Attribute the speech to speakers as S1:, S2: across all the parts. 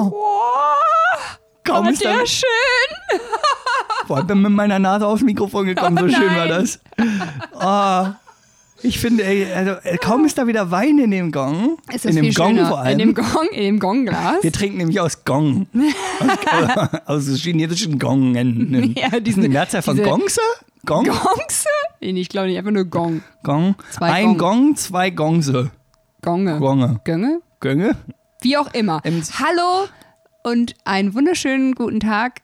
S1: Wow,
S2: Kaum
S1: war
S2: ist dann-
S1: der schön.
S2: Boah, ich bin mit meiner Nase aufs Mikrofon gekommen, so
S1: Oh
S2: schön war
S1: nein.
S2: das. Ah, ich finde, ey, also, äh, kaum ist da wieder Wein in dem Gong.
S1: Es
S2: in dem
S1: viel
S2: Gong
S1: schöner.
S2: vor allem.
S1: In dem Gong, in dem Gongglas.
S2: wir trinken nämlich aus Gong. aus, aus chinesischen Gongen.
S1: Ja, diesen-
S2: Eine Mehrzahl von
S1: diese-
S2: Gongse? Gong?
S1: Gongs? Nee, ich glaube nicht, einfach nur Gong.
S2: Gong.
S1: Zwei
S2: Ein Gong, zwei Gongse.
S1: Gonge.
S2: Gonge.
S1: Gönge?
S2: Gönge?
S1: Wie auch immer.
S2: Ähm,
S1: Hallo und einen wunderschönen guten Tag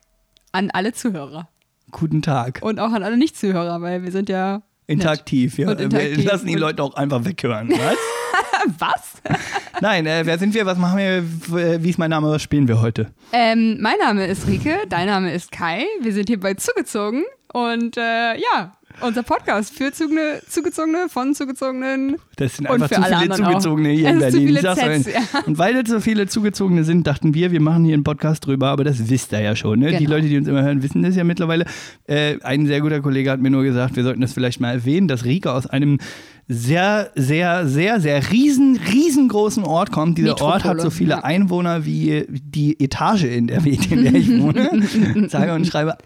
S1: an alle Zuhörer.
S2: Guten Tag.
S1: Und auch an alle Nicht-Zuhörer, weil wir sind ja.
S2: Interaktiv, ja.
S1: Und interaktiv.
S2: Wir lassen die
S1: Und-
S2: Leute auch einfach weghören. Was?
S1: äh, Was?
S2: Nein, äh, wer sind wir? Was machen wir? W- Wie ist mein Name? Was spielen wir heute?
S1: Ähm, mein Name ist Rike, dein Name ist Kai. Wir sind hierbei zugezogen und äh, ja, unser Podcast für zugene, zugezogene, von zugezogenen.
S2: Das sind
S1: Und
S2: einfach
S1: für
S2: zu
S1: alle
S2: viele
S1: anderen auch.
S2: Zugezogene hier
S1: Es
S2: in
S1: ist zu
S2: Berlin.
S1: viele
S2: Ich sag's euch.
S1: Zs, ja.
S2: Und weil das so viele Zugezogene sind, dachten wir, wir machen hier einen Podcast drüber, aber das wisst ihr ja schon. Ne? Die
S1: Genau.
S2: Leute, die uns immer hören, wissen das ja mittlerweile. Äh, ein sehr guter Kollege hat mir nur gesagt, wir sollten das vielleicht mal erwähnen, dass Rika aus einem sehr, sehr, sehr, sehr riesen, riesengroßen Ort kommt. Dieser Ort hat so
S1: Metropole,
S2: viele
S1: ja.
S2: Einwohner wie die Etage, in der, wir- in der ich wohne. Sage und schreibe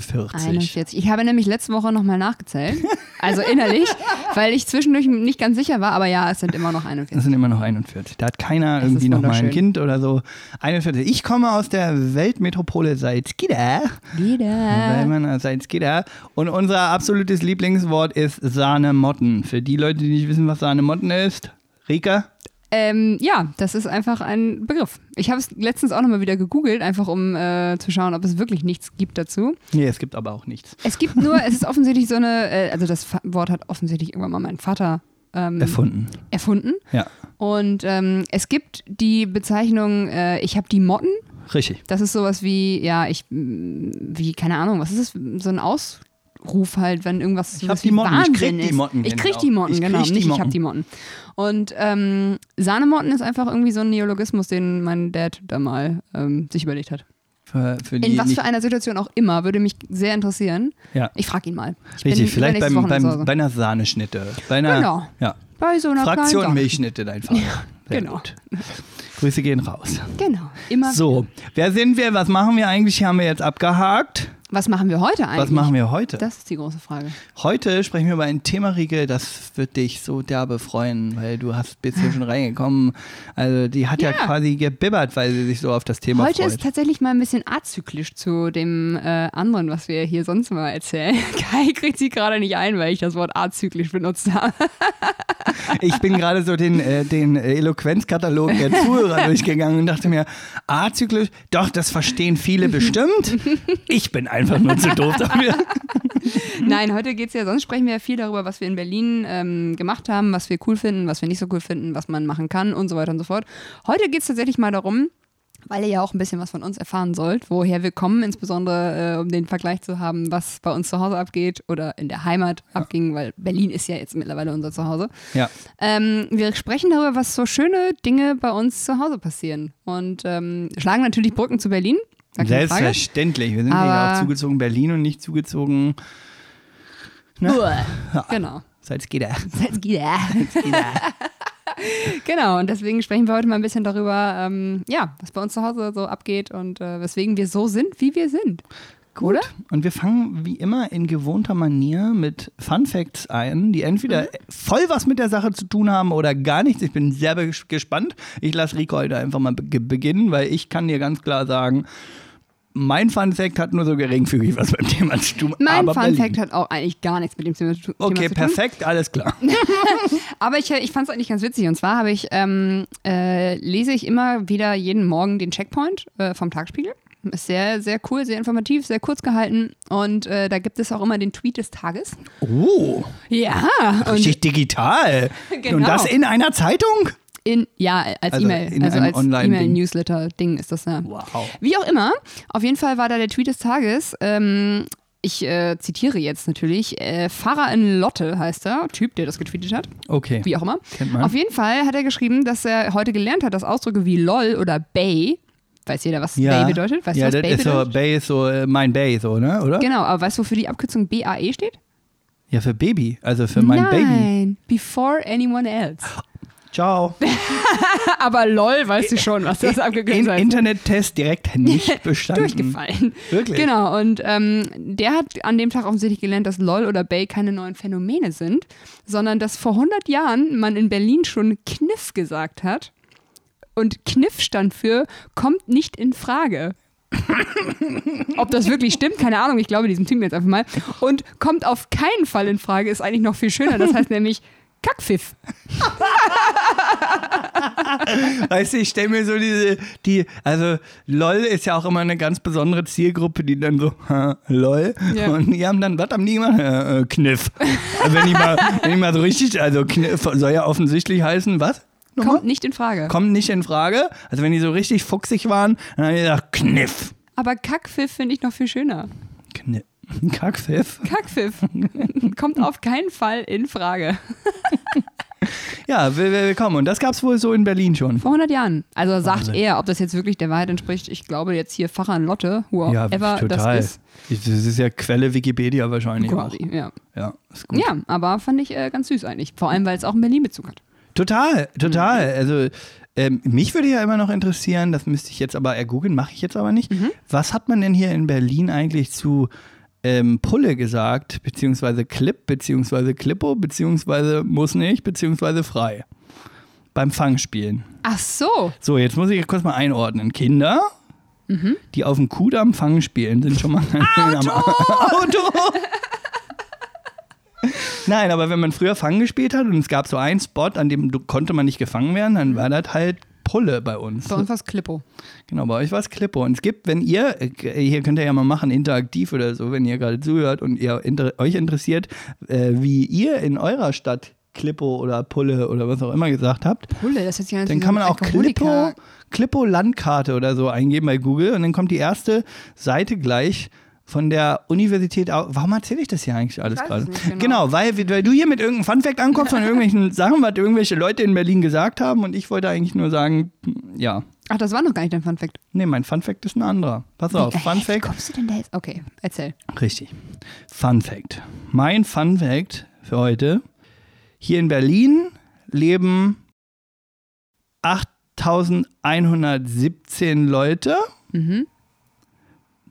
S2: 41.
S1: 41. Ich habe nämlich letzte Woche nochmal nachgezählt. Also innerlich, weil ich zwischendurch nicht ganz sicher war, aber ja, es sind immer noch 41.
S2: Das sind immer noch 41. Da hat keiner
S1: ist
S2: irgendwie noch mal ein
S1: wunderschön.
S2: Kind oder so. 41. Ich komme aus der Weltmetropole Salzgitter.
S1: Äh.
S2: Weil
S1: Wieder.
S2: man aus Salzgitter. Und unser absolutes Lieblingswort ist Sahnemotten. Für die Leute, die nicht wissen, was Sahnemotten ist, Rika?
S1: Ähm, ja, das ist einfach ein Begriff. Ich habe es letztens auch nochmal wieder gegoogelt, einfach um äh, zu schauen, ob es wirklich nichts gibt dazu.
S2: Nee, es gibt aber auch nichts.
S1: Es gibt nur, es ist offensichtlich so eine, äh, also das Fa- Wort hat offensichtlich irgendwann mal mein Vater ähm,
S2: Erfunden.
S1: erfunden.
S2: Ja,
S1: Und ähm, es gibt die Bezeichnung, äh, ich habe die Motten.
S2: richtig.
S1: Das ist sowas wie, ja, ich, mh, wie, keine Ahnung, was ist das? So ein Ausruf halt, wenn irgendwas
S2: Ich
S1: sowas
S2: hab die
S1: wie
S2: Motten, ich krieg
S1: Wahnsinn
S2: die
S1: ist.
S2: Motten,
S1: Ich krieg
S2: genau.
S1: die Motten,
S2: Ich
S1: genau.
S2: krieg die
S1: nicht, ich
S2: Motten.
S1: hab die Motten. Und ähm, Sahnemotten ist einfach irgendwie so ein Neologismus, den mein Dad da mal ähm, sich überlegt hat.
S2: Für, für die
S1: In was
S2: nicht,
S1: für einer Situation auch immer, würde mich sehr interessieren.
S2: Ja,
S1: Ich frage ihn mal. Ich bin
S2: richtig. Vielleicht
S1: übernächstes
S2: beim,
S1: Wochenende zu
S2: beim,
S1: Hause.
S2: bei einer Sahneschnitte. Bei einer,
S1: Genau.
S2: Ja.
S1: bei so einer
S2: Fraktion
S1: kleinen
S2: Milchschnitte, dein Vater. Sehr
S1: genau.
S2: gut. Grüße gehen raus.
S1: Sache. Genau. Immer.
S2: So, wer sind wir? Was machen wir eigentlich? Hier Haben wir jetzt abgehakt?
S1: Was machen wir heute eigentlich?
S2: Was machen wir heute?
S1: Das ist die große Frage.
S2: Heute sprechen wir über ein Thema, Rieke, das wird dich so derbe freuen, weil du hast bist hier schon reingekommen. Also die hat ja,
S1: Ja.
S2: quasi gebibbert, weil sie sich so auf das Thema
S1: Heute ist
S2: freut.
S1: tatsächlich mal ein bisschen azyklisch zu dem äh, anderen, was wir hier sonst mal erzählen. Kai kriegt sie gerade nicht ein, weil ich das Wort azyklisch benutzt habe.
S2: Ich bin gerade so den, äh, den Eloquenzkatalog der Zuhörer durchgegangen und dachte mir, azyklisch, doch, das verstehen viele bestimmt. Ich bin einfach nur zu doof dafür.
S1: Nein, heute geht's ja, sonst sprechen wir ja viel darüber, was wir in Berlin ähm, gemacht haben, was wir cool finden, was wir nicht so cool finden, was man machen kann und so weiter und so fort. Heute geht's tatsächlich mal darum, weil ihr ja auch ein bisschen was von uns erfahren sollt, woher wir kommen, insbesondere äh, um den Vergleich zu haben, was bei uns zu Hause abgeht oder in der Heimat abging, weil Berlin ist ja jetzt mittlerweile unser Zuhause.
S2: Ja,
S1: Ähm, wir sprechen darüber, was so schöne Dinge bei uns zu Hause passieren. Und ähm, schlagen natürlich Brücken zu Berlin. Gar keine Frage.
S2: selbstverständlich. Wir sind ja
S1: Aber-
S2: auch zugezogen Berlin und nicht zugezogen
S1: Uah. Ne? Genau.
S2: Salzgitter.
S1: genau, und deswegen sprechen wir heute mal ein bisschen darüber, ähm, ja, was bei uns zu Hause so abgeht und äh, weswegen wir so sind, wie wir sind.
S2: Gut.
S1: Oder?
S2: Und wir fangen wie immer in gewohnter Manier mit Fun Facts ein, die
S1: Mhm.
S2: entweder voll was mit der Sache zu tun haben oder gar nichts. Ich bin sehr be- gespannt. Ich lasse Rico heute einfach mal be beginnen, weil ich kann dir ganz klar sagen, mein Fun Fact hat nur so geringfügig was beim Thema zu tun.
S1: Mein
S2: aber
S1: Fun
S2: Berlin.
S1: Fact hat auch eigentlich gar nichts mit dem Thema zu Thema
S2: Okay,
S1: zu tun.
S2: perfekt, alles klar.
S1: Aber ich, ich fand es eigentlich ganz witzig. Und zwar habe ich, ähm, äh, lese ich immer wieder jeden Morgen den Checkpoint äh, vom Tagsspiegel. Ist sehr, sehr cool, sehr informativ, sehr kurz gehalten. Und äh, da gibt es auch immer den Tweet des Tages.
S2: Oh,
S1: Ja, und
S2: richtig digital.
S1: Genau.
S2: Und das in einer Zeitung?
S1: in, ja, als
S2: Also
S1: E-Mail,
S2: in
S1: also
S2: einem
S1: als
S2: Online-Ding.
S1: E-Mail-Newsletter-Ding ist das ja.
S2: Wow.
S1: Wie auch immer, auf jeden Fall war da der Tweet des Tages. Ähm, ich äh, zitiere jetzt natürlich. Äh, Pfarrer in Lotte heißt er, Typ, der das getweetet hat.
S2: Okay.
S1: wie auch immer.
S2: Kennt man.
S1: Auf jeden Fall hat er geschrieben, dass er heute gelernt hat, dass Ausdrücke wie LOL oder Bay, weiß jeder, was Bay bedeutet? Weißt
S2: ja, das
S1: du, was Bay
S2: ist so,
S1: bedeutet?
S2: Bay ist so äh, mein Bay, so, ne? oder?
S1: Genau, aber weißt du, wofür die Abkürzung BAE steht?
S2: Ja, für Baby, also für mein Baby.
S1: Nein, before anyone else.
S2: Ciao.
S1: Aber lol, weißt du schon, was das abgegangen
S2: In,
S1: sein
S2: Internettest direkt nicht bestanden.
S1: durchgefallen.
S2: Wirklich?
S1: Genau, und ähm, der hat an dem Tag offensichtlich gelernt, dass LOL oder Bay keine neuen Phänomene sind, sondern dass vor 100 Jahren man in Berlin schon Kniff gesagt hat. Und Kniff stand für, kommt nicht in Frage. Ob das wirklich stimmt, keine Ahnung, ich glaube diesem Team jetzt einfach mal. Und kommt auf keinen Fall in Frage, ist eigentlich noch viel schöner. Das heißt nämlich Kackpfiff.
S2: Weißt du, ich stelle mir so diese, die, also LOL ist ja auch immer eine ganz besondere Zielgruppe, die dann so, ha, LOL.
S1: Ja.
S2: Und die haben dann, was haben die gemacht? Äh, äh, Kniff. wenn, ich mal, wenn ich mal so richtig, also Kniff soll ja offensichtlich heißen, was? Nochmal?
S1: Kommt nicht in Frage.
S2: Kommt nicht in Frage. Also wenn die so richtig fuchsig waren, dann haben die gesagt, Kniff.
S1: Aber Kackpfiff finde ich noch viel schöner.
S2: Kniff. Kackpfiff.
S1: Kackpfiff. Kommt auf keinen Fall in Frage.
S2: Ja, will- will- willkommen. Und das gab es wohl so in Berlin schon.
S1: Vor 100 Jahren. Also sagt
S2: Wahnsinn.
S1: er, ob das jetzt wirklich der Wahrheit entspricht. Ich glaube jetzt hier Fachan Lotte,
S2: ja,
S1: whoever
S2: total.
S1: Oh, das ist.
S2: Ich- das ist ja Quelle Wikipedia wahrscheinlich
S1: Quasi, ja.
S2: auch. Ja, ist gut.
S1: ja, aber fand ich äh, ganz süß eigentlich. Vor allem, weil es auch einen Berlin-Bezug hat.
S2: Total, total.
S1: Mhm.
S2: Also ähm, mich würde ja immer noch interessieren, das müsste ich jetzt aber ergoogeln, mache ich jetzt aber nicht.
S1: Mhm.
S2: Was hat man denn hier in Berlin eigentlich zu ähm, Pulle gesagt, beziehungsweise Clip, beziehungsweise Clippo, beziehungsweise muss nicht, beziehungsweise frei? Beim Fangspielen.
S1: Ach so.
S2: So, jetzt muss ich kurz mal einordnen. Kinder,
S1: Mhm.
S2: die auf dem Kudamm Fangen spielen, sind schon mal Auto! Auto! Nein, aber wenn man früher Fangen gespielt hat und es gab so einen Spot, an dem du, konnte man nicht gefangen werden, dann war das halt Pulle bei uns.
S1: Bei uns war es Klippo.
S2: Genau, bei euch war es Klippo. Und es gibt, wenn ihr, äh, hier könnt ihr ja mal machen, interaktiv oder so, wenn ihr gerade zuhört und ihr inter, euch interessiert, äh, wie ihr in eurer Stadt Klippo oder Pulle oder was auch immer gesagt habt,
S1: Pulle, das ist jetzt ja
S2: dann kann man auch Klippo, Klippo Landkarte oder so eingeben bei Google und dann kommt die erste Seite gleich von der Universität. Au- Warum erzähle ich das hier eigentlich alles
S1: Ich weiß
S2: gerade?
S1: es nicht genau.
S2: genau, weil, weil du hier mit irgendeinem Funfact ankommst von irgendwelchen Sachen, was irgendwelche Leute in Berlin gesagt haben und ich wollte eigentlich nur sagen, ja.
S1: Ach, das war noch gar nicht dein Funfact.
S2: Nee, mein Funfact ist ein anderer. Pass auf,
S1: Wie
S2: Funfact.
S1: kommst du denn da jetzt? Okay, erzähl.
S2: Richtig. Fun Fact. Mein Fun Fact für heute. Hier in Berlin leben 8117 Leute.
S1: Mhm.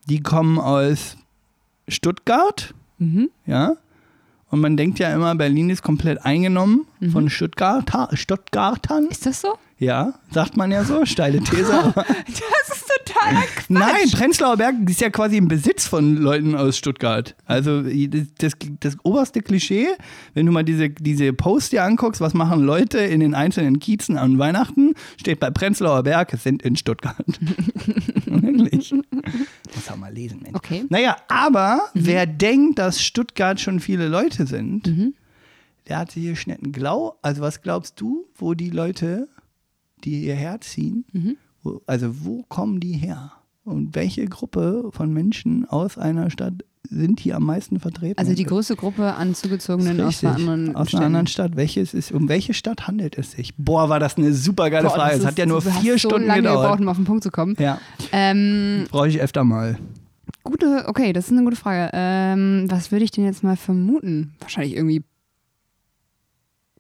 S2: Die kommen aus Stuttgart.
S1: Mhm.
S2: Ja. Und man denkt ja immer, Berlin ist komplett eingenommen von Stuttgarter, Stuttgartern.
S1: Ist das so?
S2: Ja, sagt man ja so. Steile These. aber-
S1: Das ist total
S2: Nein, Prenzlauer Berg ist ja quasi im Besitz von Leuten aus Stuttgart. Also das, das, das oberste Klischee, wenn du mal diese, diese Posts dir anguckst, was machen Leute in den einzelnen Kiezen an Weihnachten, steht bei Prenzlauer Berg, es sind in Stuttgart. Wirklich. Muss auch mal lesen, Mensch.
S1: Okay.
S2: Naja, aber wer denkt, dass Stuttgart schon viele Leute sind, der hatte hier schnell einen Glau. Also was glaubst du, wo die Leute, die hierher ziehen,
S1: Mhm.
S2: wo, also wo kommen die her? Und welche Gruppe von Menschen aus einer Stadt sind hier am meisten vertreten?
S1: Also die
S2: Gruppe
S1: größte Gruppe an Zugezogenen aus einer anderen
S2: aus einer
S1: Städten.
S2: anderen Stadt. Welches ist, um welche Stadt handelt es sich? Boah, war das eine super geile
S1: Boah,
S2: Frage.
S1: das
S2: Es hat
S1: ist-
S2: ja nur
S1: du hast
S2: vier Stunden
S1: so lange gebraucht,
S2: gedauert.
S1: um auf den Punkt zu kommen.
S2: Ja,
S1: Ähm,
S2: brauche ich öfter mal.
S1: gute, okay, das ist eine gute Frage. Ähm, was würde ich denn jetzt mal vermuten? Wahrscheinlich irgendwie,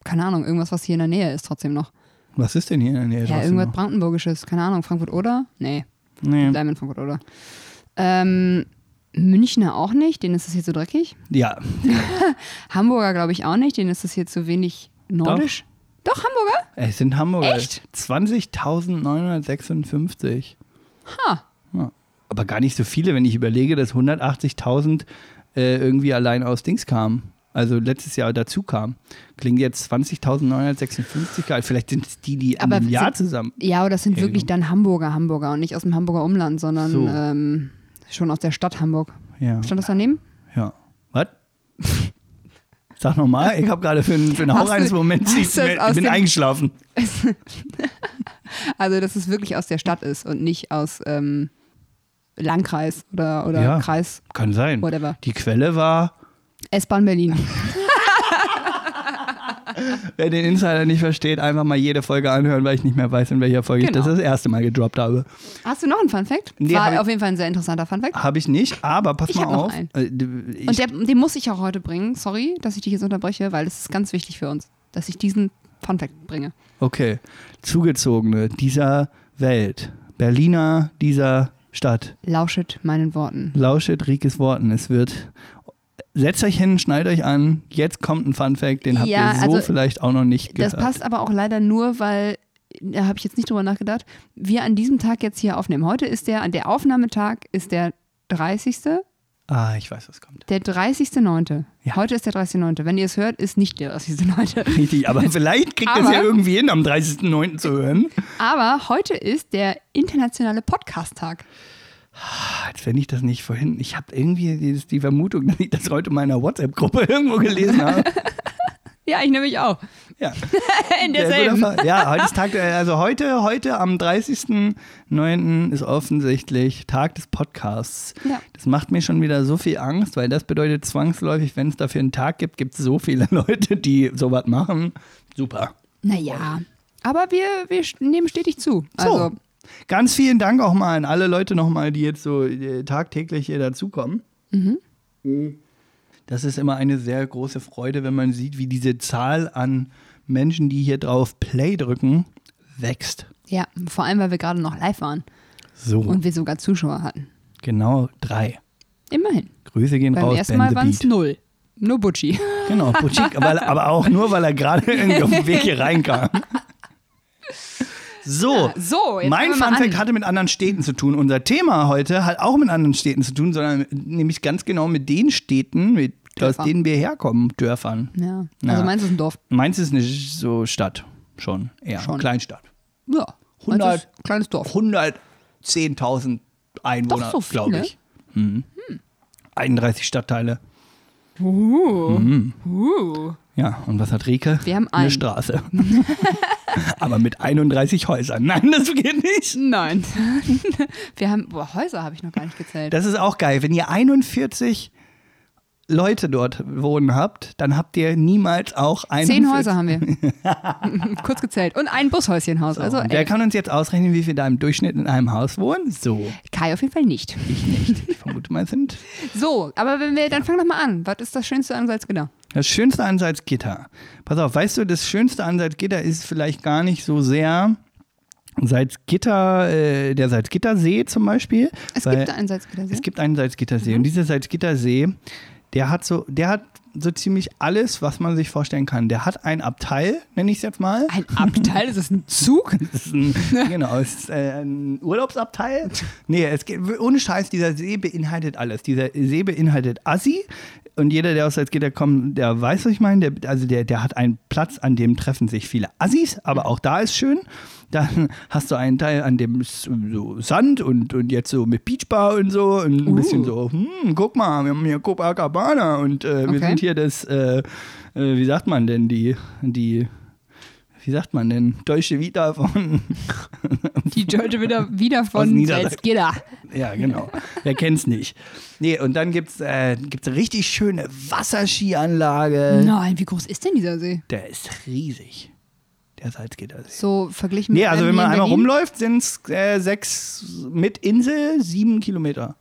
S1: keine Ahnung, irgendwas, was hier in der Nähe ist trotzdem noch.
S2: Was ist denn hier in der Nähe?
S1: ja,
S2: draußen
S1: irgendwas
S2: noch?
S1: Brandenburgisches, keine Ahnung, Frankfurt oder? Nee,
S2: Nee.
S1: bleiben in Frankfurt oder. Ähm, Münchner auch nicht, denen ist es hier zu dreckig.
S2: Ja,
S1: Hamburger glaube ich auch nicht, denen ist es hier zu wenig nordisch. Doch, Hamburger?
S2: es sind Hamburger.
S1: Echt?
S2: 20.956.
S1: Ha.
S2: Ja. Aber gar nicht so viele, wenn ich überlege, dass 180.000 äh, irgendwie allein aus Dings kamen. Also letztes Jahr dazu kamen. Klingt jetzt 20.956 geil. Vielleicht sind es die, die
S1: Aber
S2: an einem
S1: sind-
S2: Jahr zusammen.
S1: Ja, aber das sind
S2: Irgendwie.
S1: wirklich dann Hamburger, Hamburger und nicht aus dem Hamburger Umland, sondern
S2: So.
S1: ähm, schon aus der Stadt Hamburg.
S2: Ja.
S1: Stand das daneben?
S2: ja. Was? Sag nochmal, ich habe gerade für, einen- für einen Hauch
S1: Hast du-
S2: eines Moments,
S1: hast
S2: ich
S1: du das aus
S2: bin
S1: dem-
S2: eingeschlafen.
S1: Also, dass es wirklich aus der Stadt ist und nicht aus ähm, Landkreis oder, oder
S2: Ja.
S1: Kreis,
S2: Kann sein.
S1: whatever.
S2: Die Quelle war
S1: S-Bahn Berlin.
S2: Wer den Insider nicht versteht, einfach mal jede Folge anhören, weil ich nicht mehr weiß, in welcher Folge
S1: Genau.
S2: ich das das erste Mal gedroppt habe.
S1: Hast du noch einen Funfact?
S2: Nee, hab ich-
S1: War auf jeden Fall ein sehr interessanter Funfact.
S2: Habe ich nicht, aber pass
S1: Ich
S2: mal
S1: hab noch
S2: auf.
S1: einen.
S2: Äh, d- Ich,
S1: Und der, den muss ich auch heute bringen. Sorry, dass ich dich jetzt unterbreche, weil das ist ganz wichtig für uns, dass ich diesen Funfact bringe.
S2: Okay. Zugezogene dieser Welt. Berliner dieser Stadt.
S1: Lauschet meinen Worten.
S2: Lauschet Rikes Worten. Es wird. Setzt euch hin, schneidet euch an. Jetzt kommt ein Fun Fact, den habt
S1: Ja,
S2: ihr so
S1: also,
S2: vielleicht auch noch nicht gehört.
S1: Das passt aber auch leider nur, weil, da habe ich jetzt nicht drüber nachgedacht, wir an diesem Tag jetzt hier aufnehmen. Heute ist der, an der Aufnahmetag ist der 30.
S2: Ah, ich weiß, was kommt.
S1: Der 30.9.
S2: Ja.
S1: Heute ist der 30.9. Wenn ihr es hört, ist nicht der 30.9.
S2: Richtig, aber vielleicht kriegt ihr es
S1: Aber-
S2: ja irgendwie hin, am 30.09. zu hören.
S1: Aber heute ist der internationale Podcast-Tag.
S2: Als Halt, wenn ich das nicht vorhin. Ich habe irgendwie dieses, die Vermutung, dass ich das heute in meiner WhatsApp-Gruppe irgendwo gelesen habe.
S1: Ja, ich nehme mich auch.
S2: Ja.
S1: In
S2: Ja, guter
S1: derselben.
S2: Fall. Ja, heute ist Tag, der- also heute, heute am 30.09. ist offensichtlich Tag des Podcasts.
S1: Ja.
S2: Das macht mir schon wieder so viel Angst, weil das bedeutet zwangsläufig, wenn es dafür einen Tag gibt, gibt es so viele Leute, die sowas machen. Super.
S1: Naja. Aber wir, wir nehmen stetig zu.
S2: So.
S1: Also,
S2: Ganz vielen Dank auch mal an alle Leute nochmal, die jetzt so äh, tagtäglich hier dazukommen.
S1: Mhm.
S2: Das ist immer eine sehr große Freude, wenn man sieht, wie diese Zahl an Menschen, die hier drauf Play drücken, wächst.
S1: ja, vor allem, weil wir gerade noch live waren
S2: So.
S1: und wir sogar Zuschauer hatten.
S2: Genau, drei.
S1: Immerhin.
S2: Grüße gehen
S1: Beim
S2: raus,
S1: ersten
S2: Ben
S1: Mal
S2: the
S1: waren es
S2: Beat.
S1: null. Nur Butchi.
S2: Genau, Boutique, weil, aber auch nur, weil er gerade irgendwie auf dem Weg hier reinkam. So,
S1: Ja, so, Oh, jetzt
S2: mein
S1: fangen wir mal
S2: Funfact
S1: an.
S2: hatte mit anderen Städten zu tun. Unser Thema heute hat auch mit anderen Städten zu tun, sondern nämlich ganz genau mit den Städten, mit, aus
S1: Dörfern.
S2: denen wir herkommen, Dörfern.
S1: Ja.
S2: Ja.
S1: Also meins ist ein Dorf.
S2: Mainz ist eine so Stadt schon, eher
S1: Schon.
S2: Kleinstadt.
S1: Ja. meins
S2: 100
S1: ist ein Kleines Dorf.
S2: 110.000 Einwohner,
S1: Doch so viele? Hm.
S2: glaube ich. Mhm. 31 Stadtteile. Hm.
S1: Uh.
S2: Ja, und was hat Rike?
S1: Wir haben
S2: eine
S1: einen.
S2: Straße. Aber mit 31 Häusern. Nein, das geht nicht.
S1: Nein. wir haben, boah, Häuser habe ich noch gar nicht gezählt.
S2: Das ist auch geil. Wenn ihr 41 Leute dort wohnen habt, dann habt ihr niemals auch 41.
S1: Zehn Häuser haben wir. Kurz gezählt. Und ein Bushäuschenhaus. Also,
S2: Und Wer
S1: ey,
S2: kann uns jetzt ausrechnen, wie viele da im Durchschnitt in einem Haus wohnen? So,
S1: Kai auf jeden Fall nicht.
S2: ich nicht. Ich vermute mal, es sind
S1: So, aber wenn wir, dann fang doch mal an. Was ist das Schönste an Salzgitter?
S2: Das schönste an Salzgitter. Pass auf, weißt du, das schönste an Salzgitter ist vielleicht gar nicht so sehr Salzgitter, äh, der Salzgittersee zum Beispiel.
S1: Es
S2: weil
S1: gibt da einen Salzgitter.
S2: es gibt einen Salzgittersee. Und dieser Salzgittersee, der hat so, der hat so ziemlich alles, was man sich vorstellen kann. Der hat ein Abteil, nenne ich es jetzt mal.
S1: ein Abteil, das ist ein Zug.
S2: Das ist ein, genau, es ist äh, ein Urlaubsabteil. Nee, es geht, ohne Scheiß, dieser See beinhaltet alles. Dieser See beinhaltet Assi. Und jeder, der aus Salzgitter kommt, der weiß, was ich meine. Der, also der, der hat einen Platz, an dem treffen sich viele Assis, aber auch da ist schön. Dann hast du einen Teil, an dem ist so Sand und, und jetzt so mit Beachbar und so. Und ein bisschen so, hm, guck mal, wir haben hier Copacabana und äh, wir
S1: Okay.
S2: sind hier das, äh, äh, wie sagt man denn, die, die wie sagt man denn, deutsche Vita von,
S1: Die Deutsche wieder, wieder
S2: Aus
S1: von
S2: Niedersachsen.
S1: Salzgitter.
S2: ja genau, wer kennt's nicht. Nee, und dann gibt's, äh, gibt's eine richtig schöne Wasserskianlage.
S1: Nein, wie groß ist denn dieser See?
S2: Der ist riesig, der Salzgittersee.
S1: So verglichen mit
S2: Nee, also
S1: einem
S2: wenn man
S1: hier in
S2: einmal
S1: Berlin?
S2: rumläuft, sind's äh, sechs, mit Insel sieben Kilometer.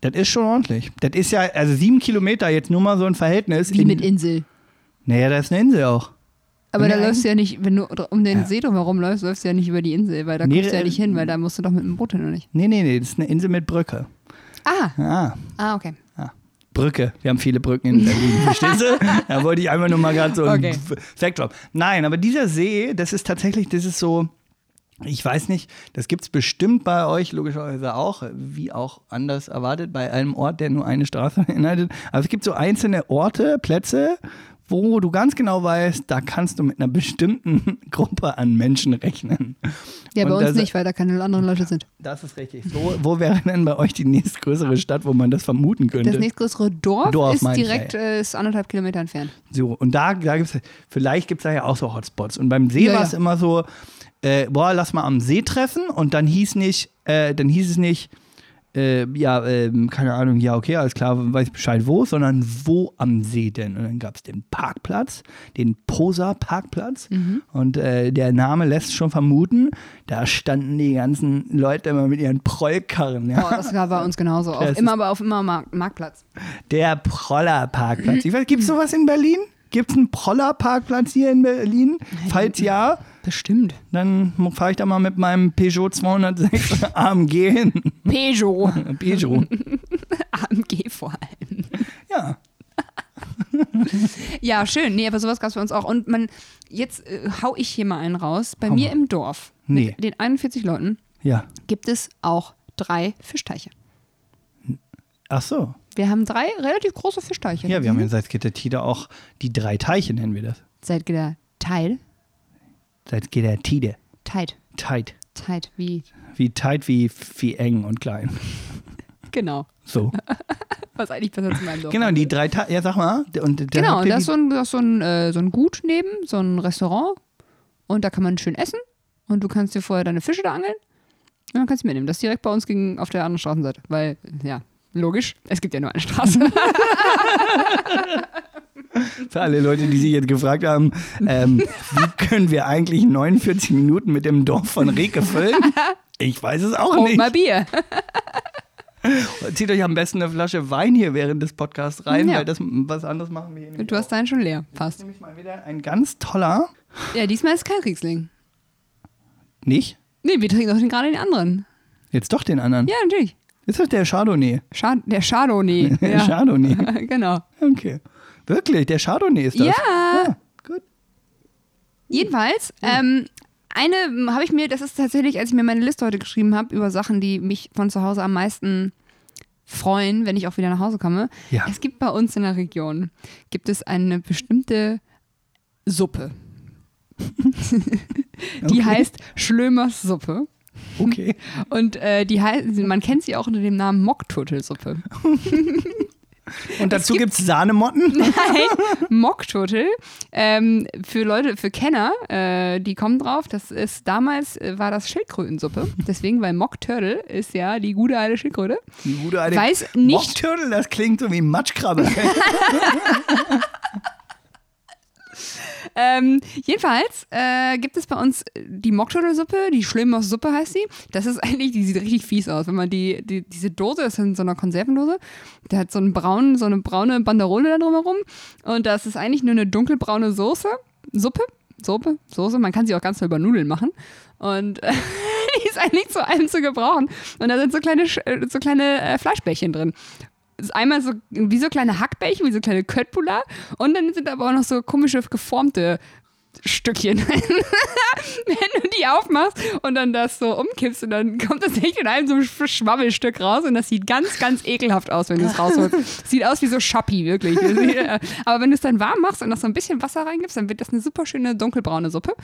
S2: Das ist schon ordentlich. Das ist ja, also sieben Kilometer jetzt nur mal so ein Verhältnis.
S1: Wie
S2: in-
S1: mit Insel.
S2: Naja, da ist eine Insel auch.
S1: Aber da
S2: Nein.
S1: läufst du ja nicht, wenn du dr- um den
S2: Ja.
S1: See drumherum läufst, läufst du ja nicht über die Insel, weil da
S2: Nee,
S1: kommst du ja
S2: äh,
S1: nicht hin, weil da musst du doch mit dem Boot hin, oder nicht?
S2: Nee, nee, nee, das ist eine Insel mit Brücke.
S1: Ah,
S2: Ah,
S1: ah, okay.
S2: Ah, Brücke. Wir haben viele Brücken in Berlin. Verstehst du? Da wollte ich einfach nur mal gerade so
S1: Okay.
S2: einen Fact drop. Nein, aber dieser See, das ist tatsächlich, das ist so, ich weiß nicht, das gibt es bestimmt bei euch, logischerweise auch, wie auch anders erwartet, bei einem Ort, der nur eine Straße beinhaltet. Aber es gibt so einzelne Orte, Plätze, wo du ganz genau weißt, da kannst du mit einer bestimmten Gruppe an Menschen rechnen.
S1: Ja, bei
S2: Und
S1: uns
S2: da-
S1: nicht, weil da keine anderen Leute sind.
S2: Das ist richtig. Wo, wo wäre denn bei euch die nächstgrößere Stadt, wo man das vermuten könnte?
S1: Das nächstgrößere Dorf,
S2: Dorf
S1: ist
S2: meine ich,
S1: direkt äh, ist anderthalb Kilometer entfernt.
S2: So, und da, da gibt's, vielleicht gibt es da ja auch so Hotspots. Und beim See
S1: Ja,
S2: war
S1: ja.
S2: es immer so, äh, boah, lass mal am See treffen und dann hieß nicht, äh, dann hieß es nicht, äh, ja, ähm, keine Ahnung, ja, okay, alles klar, weiß Bescheid wo, sondern wo am See denn? Und dann gab es den Parkplatz, den Posa-Parkplatz.
S1: Mhm.
S2: Und äh, der Name lässt schon vermuten, da standen die ganzen Leute immer mit ihren Prollkarren. Ja?
S1: Boah, das war bei uns genauso. Auf
S2: Das ist-
S1: immer, aber auf immer Mark Marktplatz. Mhm.
S2: Der Prollerparkplatz. Ich weiß, Gibt es sowas in Berlin? Gibt es einen Prollerparkplatz hier in Berlin? Falls ja,
S1: Bestimmt.
S2: dann fahre ich da mal mit meinem Peugeot 206 AMG hin.
S1: Peugeot.
S2: Peugeot.
S1: AMG vor allem.
S2: Ja.
S1: Ja, schön. Nee, aber sowas gab es bei uns auch. Und man, jetzt äh, hau ich hier mal einen raus. Bei mir im Dorf,
S2: Nee.
S1: mit den 41 Leuten,
S2: Ja.
S1: gibt es auch drei Fischteiche.
S2: Ach so.
S1: Wir haben drei relativ große Fischteiche.
S2: Ja, wir haben in Salzgitter-Tide auch die drei Teiche, nennen wir das.
S1: Seit der Teil,
S2: Salzgitter-Tide.
S1: Tide,
S2: Tight.
S1: Tide, wie,
S2: Wie tight, wie, wie eng und klein.
S1: genau.
S2: So.
S1: Was eigentlich besser zu meinem Dorf.
S2: Genau, die drei Teiche. Ja, sag mal. Und da
S1: Genau,
S2: habt
S1: und
S2: ihr
S1: da
S2: die-
S1: ist so ein, da ist so, ein, äh, so ein Gut neben, so ein Restaurant. Und da kann man schön essen. Und du kannst dir vorher deine Fische da angeln. Und dann kannst du mitnehmen. Das ist direkt bei uns gegen, auf der anderen Straßenseite. Weil, ja, logisch, es gibt ja nur eine Straße.
S2: Für alle Leute, die sich jetzt gefragt haben, ähm, wie können wir eigentlich 49 Minuten mit dem Dorf von Reke füllen? Ich weiß es auch
S1: Trink
S2: nicht.
S1: mal Bier.
S2: Zieht euch am besten eine Flasche Wein hier während des Podcasts rein,
S1: Ja.
S2: weil das was anderes machen wir hier nicht.
S1: Du hast deinen schon leer. Passt.
S2: nämlich mal wieder ein ganz toller.
S1: Ja, diesmal ist kein Riesling.
S2: Nicht?
S1: Nee, wir trinken doch den- gerade den anderen.
S2: Jetzt doch den anderen.
S1: Ja, natürlich.
S2: Ist das der Chardonnay?
S1: Schad der Chardonnay.
S2: Der
S1: Ja.
S2: Chardonnay.
S1: genau.
S2: Okay. Wirklich, der Chardonnay ist das.
S1: Ja.
S2: Ah, gut. Hm.
S1: Jedenfalls, ähm, eine m, habe ich mir, das ist tatsächlich, als ich mir meine Liste heute geschrieben habe, über Sachen, die mich von zu Hause am meisten freuen, wenn ich auch wieder nach Hause komme.
S2: Ja.
S1: Es gibt bei uns in der Region, gibt es eine bestimmte Suppe. die
S2: Okay.
S1: heißt Schlömers Suppe.
S2: Okay.
S1: Und äh, die heißt, man kennt sie auch unter dem Namen Mockturtelsuppe.
S2: Und dazu gibt's Sahnemotten.
S1: Nein, Mockturtle. Ähm, für Leute, für Kenner, äh, die kommen drauf, das ist damals äh, war das Schildkrötensuppe. Deswegen, weil Mockturtle ist ja die gute alte Schildkröte.
S2: Eine gute alte
S1: Weiß nicht-
S2: Mock-Turtle, das klingt so wie Matschkrabbe.
S1: Ähm, jedenfalls äh, gibt es bei uns die Mockturtle-Suppe, die Schlimmers-Suppe heißt sie. Das ist eigentlich, die sieht richtig fies aus. Wenn man die, die diese Dose, das ist in so einer Konservendose, der hat so, einen braunen, so eine braune Banderole da drumherum. Und das ist eigentlich nur eine dunkelbraune Soße, Suppe, Suppe, Soße. Man kann sie auch ganz normal über Nudeln machen. Und äh, die ist eigentlich zu allem zu gebrauchen. Und da sind so kleine, Sch- äh, so kleine äh, Fleischbällchen drin ist einmal so wie so kleine Hackbällchen, wie so kleine Köttbullar und dann sind aber auch noch so komische geformte Stückchen. Wenn du die aufmachst und dann das so umkippst und dann kommt das echt in einem so ein Sch- Schwabbelstück raus und das sieht ganz, ganz ekelhaft aus, wenn du es rausholst. Sieht aus wie so Schappi, wirklich. aber wenn du es dann warm machst und noch so ein bisschen Wasser reingibst, dann wird das eine super schöne dunkelbraune Suppe.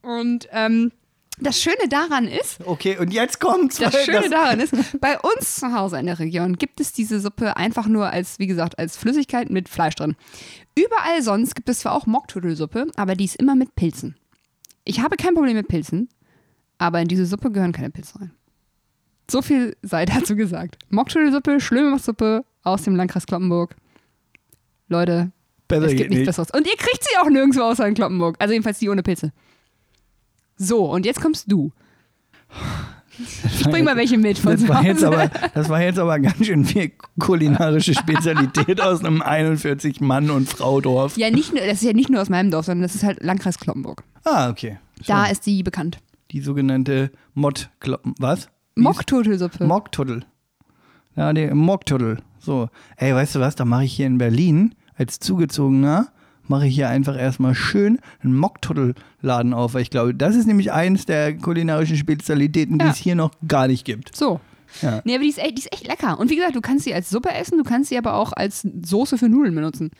S1: Und ähm, das Schöne daran ist,
S2: Okay, und jetzt kommt's.
S1: das
S2: weil
S1: Schöne daran ist, bei uns zu Hause in der Region gibt es diese Suppe einfach nur als, wie gesagt, als Flüssigkeit mit Fleisch drin. Überall sonst gibt es zwar auch Mocktudelsuppe, aber die ist immer mit Pilzen. Ich habe kein Problem mit Pilzen, aber in diese Suppe gehören keine Pilze rein. So viel sei dazu gesagt. Mocktudelsuppe, Schlömachsuppe aus dem Landkreis Kloppenburg. Leute,
S2: Besser
S1: es gibt nichts Besseres. Und ihr kriegt sie auch nirgendwo außer in Kloppenburg. Also jedenfalls die ohne Pilze. So, und jetzt kommst du. Ich bring mal welche mit von
S2: Das
S1: zu
S2: war,
S1: Hause.
S2: jetzt aber, das war jetzt aber ganz schön viel kulinarische Spezialität aus einem 41 Mann und Frau Dorf.
S1: Ja, nicht nur, das ist ja nicht nur aus meinem Dorf, sondern das ist halt Landkreis Kloppenburg.
S2: Ah, okay.
S1: Da ist die bekannt.
S2: Die sogenannte Mott was?
S1: Mockturtelsuppe.
S2: Mocktuddel. Ja, die Mocktuddel. So, ey, weißt du was, da mache ich hier in Berlin als zugezogener mache ich hier einfach erstmal schön einen Mocktuddel-Laden auf, weil ich glaube, das ist nämlich eins der kulinarischen Spezialitäten, die
S1: Ja.
S2: es hier noch gar nicht gibt.
S1: so.
S2: Ja.
S1: Nee, aber die ist, echt, die ist echt lecker. Und wie gesagt, du kannst sie als Suppe essen, du kannst sie aber auch als Soße für Nudeln benutzen.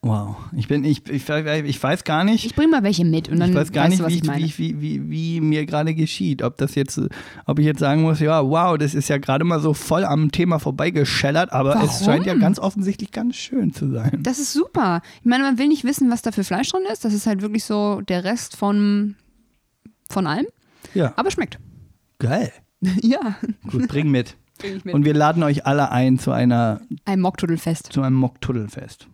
S2: Wow, ich bin, ich, ich, ich weiß gar nicht,
S1: Ich bring mal welche mit und dann
S2: ich weiß gar
S1: weißt
S2: nicht,
S1: du, was
S2: wie,
S1: ich meine.
S2: ich, wie, ich- wie, wie, wie mir gerade geschieht. Ob das jetzt, ob ich jetzt sagen muss, ja, wow, das ist ja gerade mal so voll am Thema vorbeigeschellert, aber es
S1: Warum?
S2: scheint ja ganz offensichtlich ganz schön zu sein.
S1: das ist super. Ich meine, man will nicht wissen, was da für Fleisch drin ist. Das ist halt wirklich so der Rest von, von allem.
S2: Ja.
S1: Aber schmeckt.
S2: Geil.
S1: ja.
S2: Gut, bring mit.
S1: Bring ich mit.
S2: Und wir laden euch alle ein zu einer,
S1: Ein Mocktudelfest.
S2: zu einem Mock-Tuddelfest.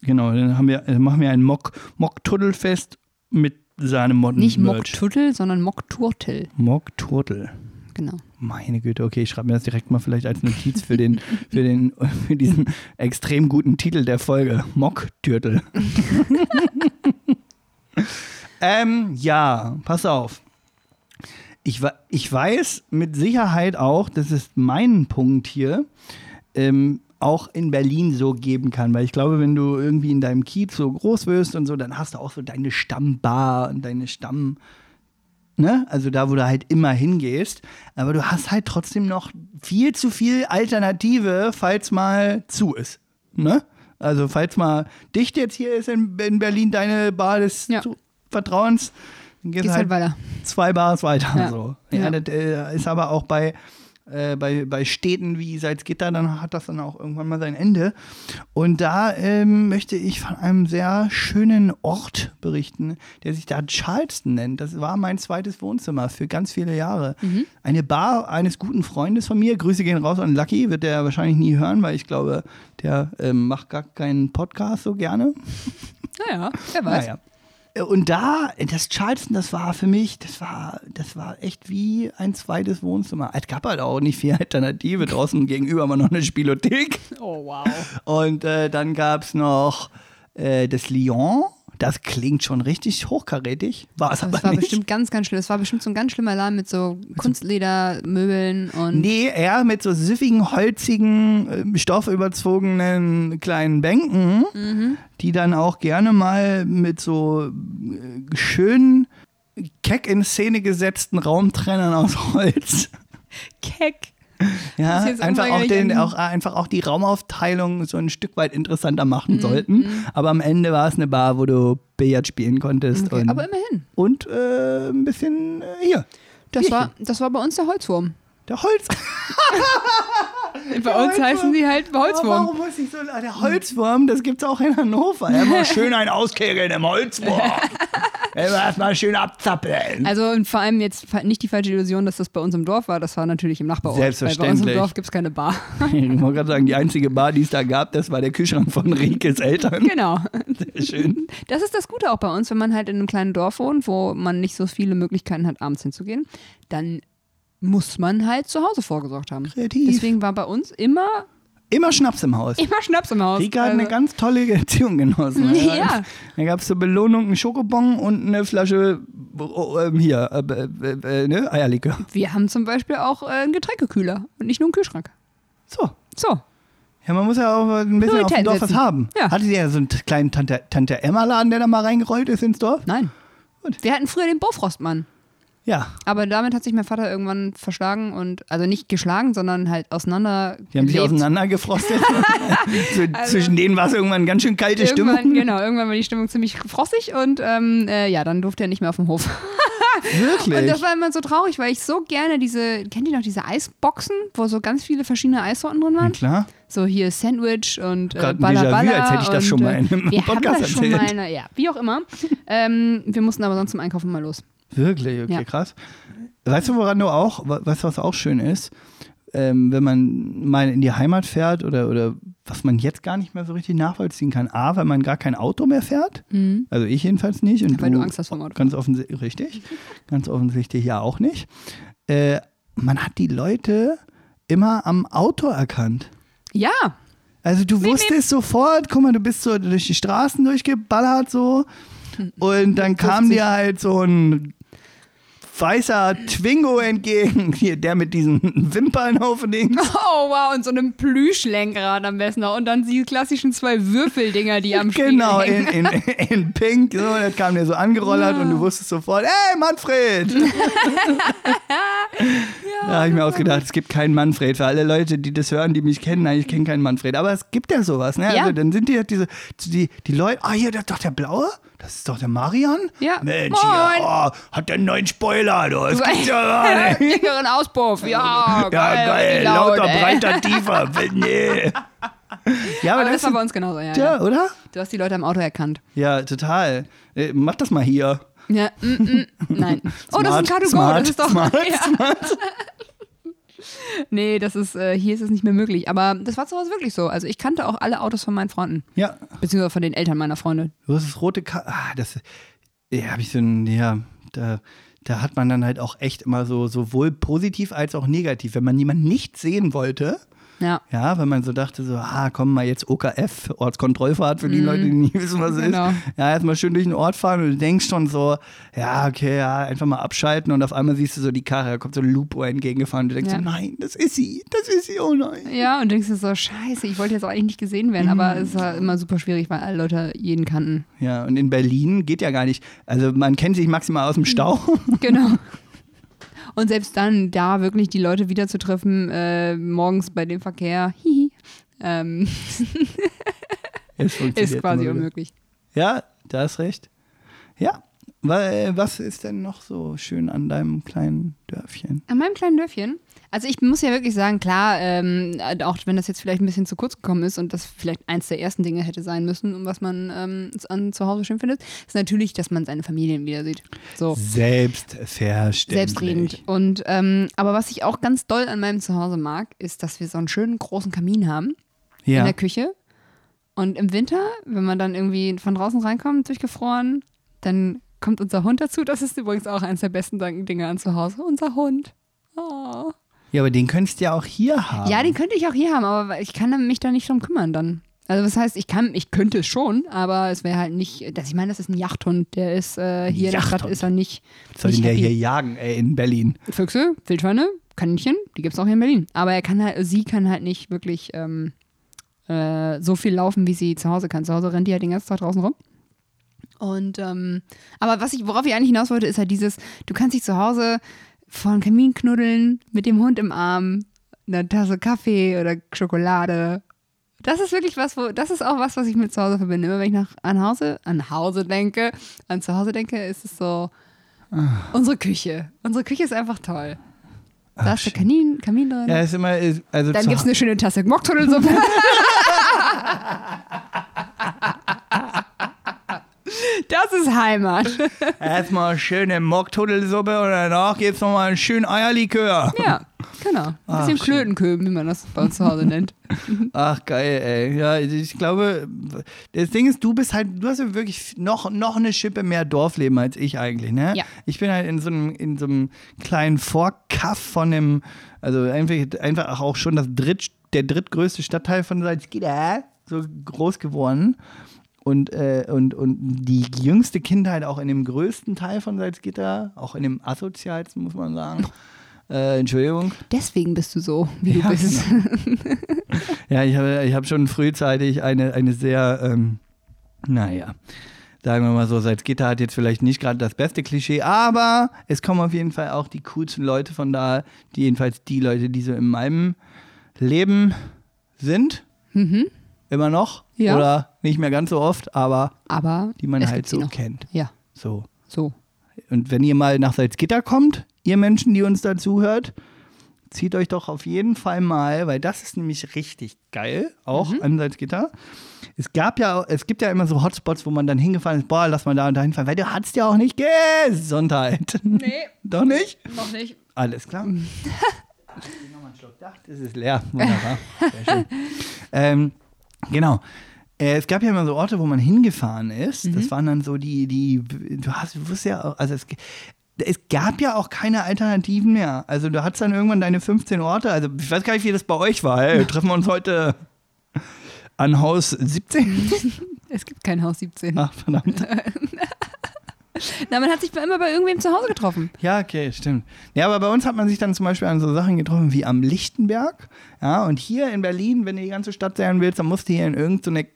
S2: Genau, dann haben wir, dann machen wir ein Mock, Mock-Tuddelfest mit seinem Motten.
S1: Nicht Mocktudel, sondern Mockturtel.
S2: Mock-Turtel.
S1: Genau.
S2: Meine Güte, okay, ich schreibe mir das direkt mal vielleicht als Notiz für, den, für, den, für diesen extrem guten Titel der Folge. Mocktürtel. ähm, ja, pass auf. Ich, wa- ich weiß mit Sicherheit auch, dass es meinen Punkt hier ähm, auch in Berlin so geben kann. Weil ich glaube, wenn du irgendwie in deinem Kiez so groß wirst und so, dann hast du auch so deine Stammbar und deine Stamm ne? Also da, wo du halt immer hingehst. Aber du hast halt trotzdem noch viel zu viel Alternative, falls mal zu ist, ne? Also falls mal dicht jetzt hier ist in, in Berlin deine Bar des
S1: Ja.
S2: zu Vertrauens, dann gehst
S1: Geht's halt weiter.
S2: zwei Bars weiter.
S1: Ja.
S2: So. Ja,
S1: Ja.
S2: Das äh, ist aber auch bei, äh, bei, bei Städten wie Salzgitter, dann hat das dann auch irgendwann mal sein Ende. Und da ähm, möchte ich von einem sehr schönen Ort berichten, der sich da Charleston nennt. Das war mein zweites Wohnzimmer für ganz viele Jahre. Eine Bar eines guten Freundes von mir. Grüße gehen raus an Lucky, wird der wahrscheinlich nie hören, weil ich glaube, der ähm, macht gar keinen Podcast so gerne.
S1: Naja, wer weiß.
S2: Naja. Und da, das Charleston, das war für mich, das war, das war echt wie ein zweites Wohnzimmer. Es gab halt auch nicht viel Alternative. Draußen gegenüber war noch eine Spielothek.
S1: Oh, wow.
S2: Und äh, dann gab es noch äh, das Lyon. Das klingt schon richtig hochkarätig. War es aber
S1: Das war
S2: nicht.
S1: bestimmt ganz, ganz schlimm. Das war bestimmt so ein ganz schlimmer Laden mit so Kunstledermöbeln und.
S2: Nee, eher mit so süffigen, holzigen, äh, stoffüberzogenen kleinen Bänken,
S1: Mhm.
S2: die dann auch gerne mal mit so äh, schönen, keck in Szene gesetzten Raumtrennern aus Holz.
S1: Keck.
S2: Ja,
S1: Das ist jetzt
S2: einfach auch,
S1: unweigerlich
S2: den,
S1: ein-
S2: auch, äh, einfach auch die Raumaufteilung so ein Stück weit interessanter machen
S1: Mhm.
S2: sollten. Aber am Ende war es eine Bar, wo du Billard spielen konntest
S1: Okay,
S2: und,
S1: aber immerhin.
S2: und äh, ein bisschen äh, hier.
S1: Das
S2: Bierchen.
S1: war, das war bei uns der Holzwurm.
S2: der Holz.
S1: Bei uns
S2: Holzwurm.
S1: heißen die halt
S2: Aber
S1: Holzwurm.
S2: warum muss ich so. ah, Der Holzwurm, das gibt's auch in Hannover. Immer schön ein Auskegeln im Holzwurm. Immer erstmal schön abzappeln.
S1: Also und vor allem jetzt fa- nicht die falsche Illusion, dass das bei uns im Dorf war. Das war natürlich im Nachbarort. Weil bei uns
S2: Selbstverständlich.
S1: im Dorf gibt es keine Bar.
S2: Ich wollte gerade sagen, die einzige Bar, die es da gab, das war der Kühlschrank von Rikes Eltern.
S1: genau.
S2: Sehr schön.
S1: Das ist das Gute auch bei uns, wenn man halt in einem kleinen Dorf wohnt, wo man nicht so viele Möglichkeiten hat, abends hinzugehen, dann muss man halt zu Hause vorgesorgt haben.
S2: Kreativ.
S1: Deswegen war bei uns immer,
S2: Immer Schnaps im Haus.
S1: immer Schnaps im Haus.
S2: Rika hat eine
S1: Also,
S2: ganz tolle Erziehung genossen.
S1: Ja.
S2: Da gab es zur Belohnung einen Schokobon und eine Flasche oh, ähm, hier, äh, äh, äh, ne? Eierlikör.
S1: wir haben zum Beispiel auch äh, einen Getränkekühler und nicht nur einen Kühlschrank.
S2: So.
S1: So,
S2: Ja, man muss ja auch ein bisschen auf dem
S1: Prioritäten
S2: Dorf was
S1: setzen.
S2: haben.
S1: Ja.
S2: Hattet ihr ja so einen t- kleinen Tante, Tante Emma-Laden, der da mal reingerollt ist ins Dorf?
S1: nein.
S2: Gut.
S1: Wir hatten früher den Bofrostmann.
S2: Ja.
S1: Aber damit hat sich mein Vater irgendwann verschlagen und, also nicht geschlagen, sondern halt auseinander.
S2: Die haben sich
S1: gelebt.
S2: auseinandergefrostet. Zw-
S1: Also-
S2: Zwischen denen war es irgendwann ganz schön kalte
S1: Irgendwann,
S2: Stimmung.
S1: genau, irgendwann war die Stimmung ziemlich frostig und ähm, äh, ja, dann durfte er nicht mehr auf dem Hof. Und das
S2: Wirklich.
S1: war immer so traurig, weil ich so gerne diese, kennt ihr noch diese Eisboxen, wo so ganz viele verschiedene Eissorten drin
S2: Na
S1: waren?
S2: klar.
S1: So hier Sandwich und äh,
S2: Gerade ein
S1: Balla
S2: Déjà-vu,
S1: Balla
S2: als hätte ich das
S1: und,
S2: schon mal in
S1: äh,
S2: einem
S1: wir
S2: Podcast
S1: haben das schon
S2: erzählt.
S1: mal, in- ja, wie auch immer. ähm, wir mussten aber sonst zum Einkaufen mal los.
S2: Wirklich, okay,
S1: Ja.
S2: krass. Weißt du, woran du auch, we- weißt du, was auch schön ist? Ähm, wenn man mal in die Heimat fährt oder, oder was man jetzt gar nicht mehr so richtig nachvollziehen kann. A, weil man gar kein Auto mehr fährt. Also ich jedenfalls nicht. Und
S1: Mhm. Weil du Angst hast vorm Auto.
S2: Ganz offensichtlich, richtig. ganz offensichtlich ja auch nicht. Äh, man hat die Leute immer am Auto erkannt.
S1: Ja,
S2: Also du wusstest sofort, guck mal, du bist so durch die Straßen durchgeballert so und dann kam
S1: 50.
S2: dir halt so ein weißer Twingo entgegen, hier der mit diesen Wimpern auf links.
S1: oh wow, und so einem Plüschlenkrad am besten noch und dann die klassischen zwei Würfeldinger, die am Spiegel
S2: Genau,
S1: hängen. Ah.
S2: in, in, in Pink, so, das kam dir so angerollert und du wusstest sofort, hey Manfred! da habe ich
S1: genau.
S2: mir ausgedacht, es gibt keinen Manfred. Für alle Leute, die das hören, die mich kennen, nein, ich kenne keinen Manfred. Aber es gibt ja sowas, ne?
S1: Ja.
S2: Also dann sind die halt diese, die, die Leute, ah hier, das ist doch der Blaue? Das ist doch der Marian?
S1: Ja.
S2: Mensch,
S1: Moin.
S2: hier, oh, hat der einen neuen Spoiler, du, das
S1: So
S2: gibt's ja gar
S1: einen
S2: nicht.
S1: dickeren Auspuff. Ja,
S2: Ja,
S1: geil.
S2: geil,
S1: richtig laut,
S2: lauter,
S1: ey.
S2: breiter, tiefer, nee. Ja, aber,
S1: Aber
S2: das,
S1: das war bei
S2: ist,
S1: uns genauso, ja, ja.
S2: ja, oder?
S1: Du hast die Leute am Auto erkannt.
S2: Ja, total. Äh, mach das mal hier.
S1: Ja, mm, mm, nein. oh, das ist ein
S2: Smart,
S1: Cargo
S2: smart,
S1: das ist doch.
S2: smart,
S1: ja. Nee, das ist, äh, hier ist es nicht mehr möglich. Aber das war zu Hause wirklich so. Also ich kannte auch alle Autos von meinen Freunden.
S2: Ja,
S1: Beziehungsweise von den Eltern meiner Freunde.
S2: äh, du hast das rote Ka Ah, das. Ja, hab ich so ein. Ja, da. da hat man dann halt auch echt immer so sowohl positiv als auch negativ. Wenn man jemanden nicht sehen wollte,
S1: Ja.
S2: ja, wenn man so dachte, so, ah, komm mal jetzt OKF, Ortskontrollfahrt für die Leute, die nicht wissen, was es
S1: Mhm. Genau.
S2: ist. Ja, erstmal schön durch den Ort fahren und du denkst schon so, ja, okay, ja, einfach mal abschalten und auf einmal siehst du so die Karre, da kommt so ein Lupo entgegengefahren und du denkst
S1: Ja.
S2: so, nein, das ist sie, das ist sie, oh nein.
S1: Ja, und denkst dir so, scheiße, ich wollte jetzt auch eigentlich nicht gesehen werden, aber
S2: Mhm.
S1: es war immer super schwierig, weil alle Leute jeden kannten.
S2: Ja, und in Berlin geht ja gar nicht, also man kennt sich maximal aus
S1: Mhm.
S2: dem Stau.
S1: Genau. Und selbst dann, da wirklich die Leute wiederzutreffen, äh, morgens bei dem Verkehr, hihi, ähm,
S2: Es funktioniert
S1: ist quasi
S2: immer wieder.
S1: unmöglich.
S2: Ja, da ist recht. Ja, wa- äh, was ist denn noch so schön an deinem kleinen Dörfchen?
S1: An meinem kleinen Dörfchen. Also ich muss ja wirklich sagen, klar, ähm, auch wenn das jetzt vielleicht ein bisschen zu kurz gekommen ist und das vielleicht eins der ersten Dinge hätte sein müssen, um was man ähm, an zu Hause schön findet, ist natürlich, dass man seine Familien wieder sieht. So.
S2: Selbstverständlich.
S1: Oh. Selbstredend. Und ähm, aber was ich auch ganz doll an meinem Zuhause mag, ist, dass wir so einen schönen großen Kamin haben in
S2: Ja.
S1: der Küche. Und im Winter, wenn man dann irgendwie von draußen reinkommt, durchgefroren, dann kommt unser Hund dazu. Das ist übrigens auch eines der besten Dinge an zu Hause. Unser Hund. Oh.
S2: ja, aber den könntest du ja auch hier haben.
S1: Ja, den könnte ich auch hier haben, aber ich kann mich da nicht drum kümmern dann. Also das heißt, ich kann, ich könnte es schon, aber es wäre halt nicht, dass ich meine, das ist ein Jachthund, der ist äh, hier in der Stadt
S2: Jachthund.
S1: ist er nicht.
S2: Soll den
S1: nicht
S2: der
S1: happy.
S2: hier jagen, ey, in Berlin.
S1: Füchse, Wildschweine, Kaninchen, die gibt es auch hier in Berlin. Aber er kann halt, sie kann halt nicht wirklich ähm, äh, so viel laufen, wie sie zu Hause kann. Zu Hause rennt die halt den ganzen Tag draußen rum. Und ähm, aber was ich, worauf ich eigentlich hinaus wollte, ist halt dieses, du kannst dich zu Hause vor dem Kamin knuddeln, mit dem Hund im Arm, einer Tasse Kaffee oder Schokolade. Das ist wirklich was, wo, das ist auch was, was ich mit zu Hause verbinde. Immer wenn ich nach an Hause, an Hause denke, an zu Hause denke, ist es so, Unsere Küche. Unsere Küche ist einfach toll. Da ist der Kamin, Kamin drin.
S2: Ah, Ja, ist immer, ist, also
S1: Dann
S2: zu
S1: gibt es eine schöne Tasse Mocktunnelsuppe. das ist Heimat.
S2: erstmal schöne Mocktudelsuppe und danach gibt's nochmal einen schönen Eierlikör.
S1: Ja, genau. Ein
S2: Ach,
S1: bisschen
S2: Ah, schön.
S1: Klötenköben, wie man das bei uns zu Hause nennt.
S2: Ach geil, ey. Ja, ich glaube, das Ding ist, du bist halt, du hast ja wirklich noch, noch eine Schippe mehr Dorfleben als ich eigentlich, ne?
S1: Ja.
S2: Ich bin halt in so einem, in so einem kleinen Vorkaff von dem, also einfach, einfach auch schon das dritt, der drittgrößte Stadtteil von Salzgitter so groß geworden. Und, äh, und, und die jüngste Kindheit auch in dem größten Teil von Salzgitter, auch in dem asozialsten, muss man sagen. Äh, Entschuldigung.
S1: Deswegen bist du so, wie du
S2: Ja, genau.
S1: bist.
S2: Ja, ich habe ich hab schon frühzeitig eine, eine sehr, ähm, naja, sagen wir mal so, Salzgitter hat jetzt vielleicht nicht gerade das beste Klischee, aber es kommen auf jeden Fall auch die coolsten Leute von da, die jedenfalls die Leute, die so in meinem Leben sind. Immer noch.
S1: Mhm. Ja.
S2: Oder nicht mehr ganz so oft, aber
S1: Aber
S2: die man
S1: es
S2: halt
S1: gibt sie
S2: so
S1: noch.
S2: kennt.
S1: Ja,
S2: So.
S1: so.
S2: Und wenn ihr mal nach Salzgitter kommt, ihr Menschen, die uns da zuhört, zieht euch doch auf jeden Fall mal, weil das ist nämlich richtig geil, auch an Salzgitter. Es gab ja, es gibt ja immer so Hotspots, wo man dann hingefahren ist, boah, lass mal da und da hinfahren, weil du hattest ja auch nicht Gesundheit.
S1: Nee,
S2: doch nicht?
S1: noch nicht.
S2: Alles klar. Ich nehme noch mal einen Schluck. Ach, Das ist leer. Wunderbar. Sehr schön. ähm, genau. Äh, Es gab ja immer so Orte, wo man hingefahren ist. Das waren dann so die, die, du hast, du wusstest ja, auch- also es, es gab ja auch keine Alternativen mehr. Also du hattest dann irgendwann deine 15 Orte. Also ich weiß gar nicht, wie das bei euch war. Ey. Treffen wir uns heute an Haus 17?
S1: Es gibt kein Haus 17.
S2: Ach, verdammt.
S1: Na, man hat sich immer bei irgendwem zu Hause getroffen.
S2: Ja, okay, stimmt. Ja, aber bei uns hat man sich dann zum Beispiel an so Sachen getroffen wie am Lichtenberg. Ja, und hier in Berlin, wenn du die ganze Stadt sehen willst, dann musst du hier in irgendeine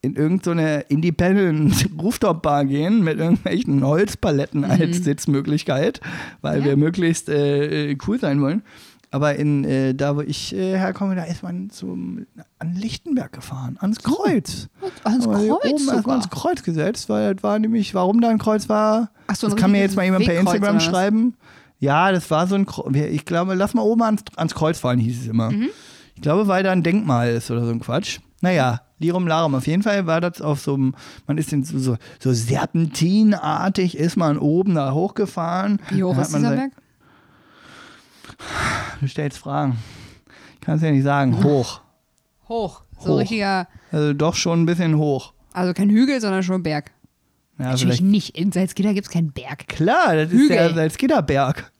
S2: in irgendeine Independent Rooftop Bar gehen mit irgendwelchen Holzpaletten
S1: Mhm.
S2: als Sitzmöglichkeit, weil wir möglichst äh, äh, cool sein wollen. Aber in äh, da wo ich äh, herkomme, da ist man zum an Lichtenberg gefahren, ans Kreuz.
S1: Ans
S2: Aber hier
S1: Kreuz
S2: oben erstmal
S1: sogar.
S2: ans Kreuz gesetzt, weil das war nämlich, warum da ein Kreuz war,
S1: Ach so, ein
S2: das kann mir
S1: richtiges
S2: jetzt mal jemand per
S1: Wegkreuz
S2: Instagram
S1: oder was?
S2: schreiben. Ja, das war so ein Kreuz. Ich glaube, lass mal oben ans, ans Kreuz fahren, hieß es immer.
S1: Mhm.
S2: Ich glaube, weil da ein Denkmal ist oder so ein Quatsch. Naja, Lirum Larum. Auf jeden Fall war das auf so einem, man ist in so, so, so serpentinartig, ist man oben da hochgefahren.
S1: Wie hoch
S2: Dann hat
S1: ist
S2: man
S1: dieser
S2: sein-
S1: Berg?
S2: Du stellst Fragen. Ich kann es ja nicht sagen.
S1: Hm.
S2: Hoch.
S1: Hoch. So
S2: Hoch.
S1: richtiger,
S2: Also doch schon ein bisschen hoch.
S1: also kein Hügel, sondern schon Berg.
S2: Ja,
S1: Natürlich
S2: vielleicht-
S1: nicht. In Salzgitter gibt es keinen Berg.
S2: Klar, das ist
S1: Hügel.
S2: der Salzgitterberg.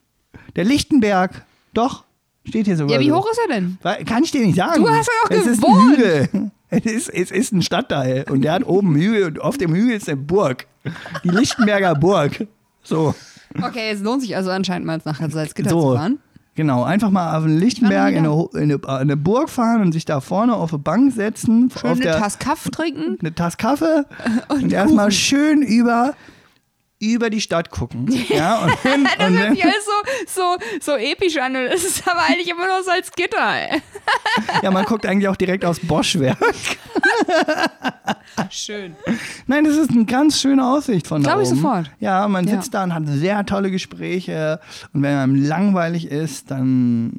S2: Der Lichtenberg. Doch, steht hier sogar.
S1: Ja, wie
S2: so.
S1: hoch ist er denn?
S2: Wa- Kann ich dir nicht sagen.
S1: Du hast ja auch
S2: es
S1: gewohnt.
S2: Ist ein Hügel. Es ist, es ist ein Stadtteil und der hat oben einen Hügel und auf dem Hügel ist eine Burg. Die Lichtenberger Burg. So,
S1: Okay, es lohnt sich also anscheinend mal nach Salzgitter zu
S2: so.
S1: fahren.
S2: Genau, einfach mal auf den
S1: noch
S2: Lichtenberg
S1: nie
S2: in eine, Ho- in, eine, in eine Burg fahren und sich da vorne auf eine Bank setzen.
S1: Schön
S2: auf
S1: eine
S2: der,
S1: Tasse Kaff trinken.
S2: eine Tasse Kaffee und, erstmal schön über, über die Stadt gucken. Ja, und, dann-
S1: Das
S2: und
S1: hört
S2: dann-
S1: sich alles also, so, so, so episch an und es ist aber eigentlich immer nur Salzgitter. ey.
S2: ja, man guckt eigentlich auch direkt aufs Boschwerk.
S1: Schön.
S2: Nein, das ist eine ganz schöne Aussicht von da
S1: Glaub ich
S2: oben.
S1: sofort.
S2: Ja, man
S1: Ja.
S2: sitzt da und hat sehr tolle Gespräche. Und wenn einem langweilig ist, dann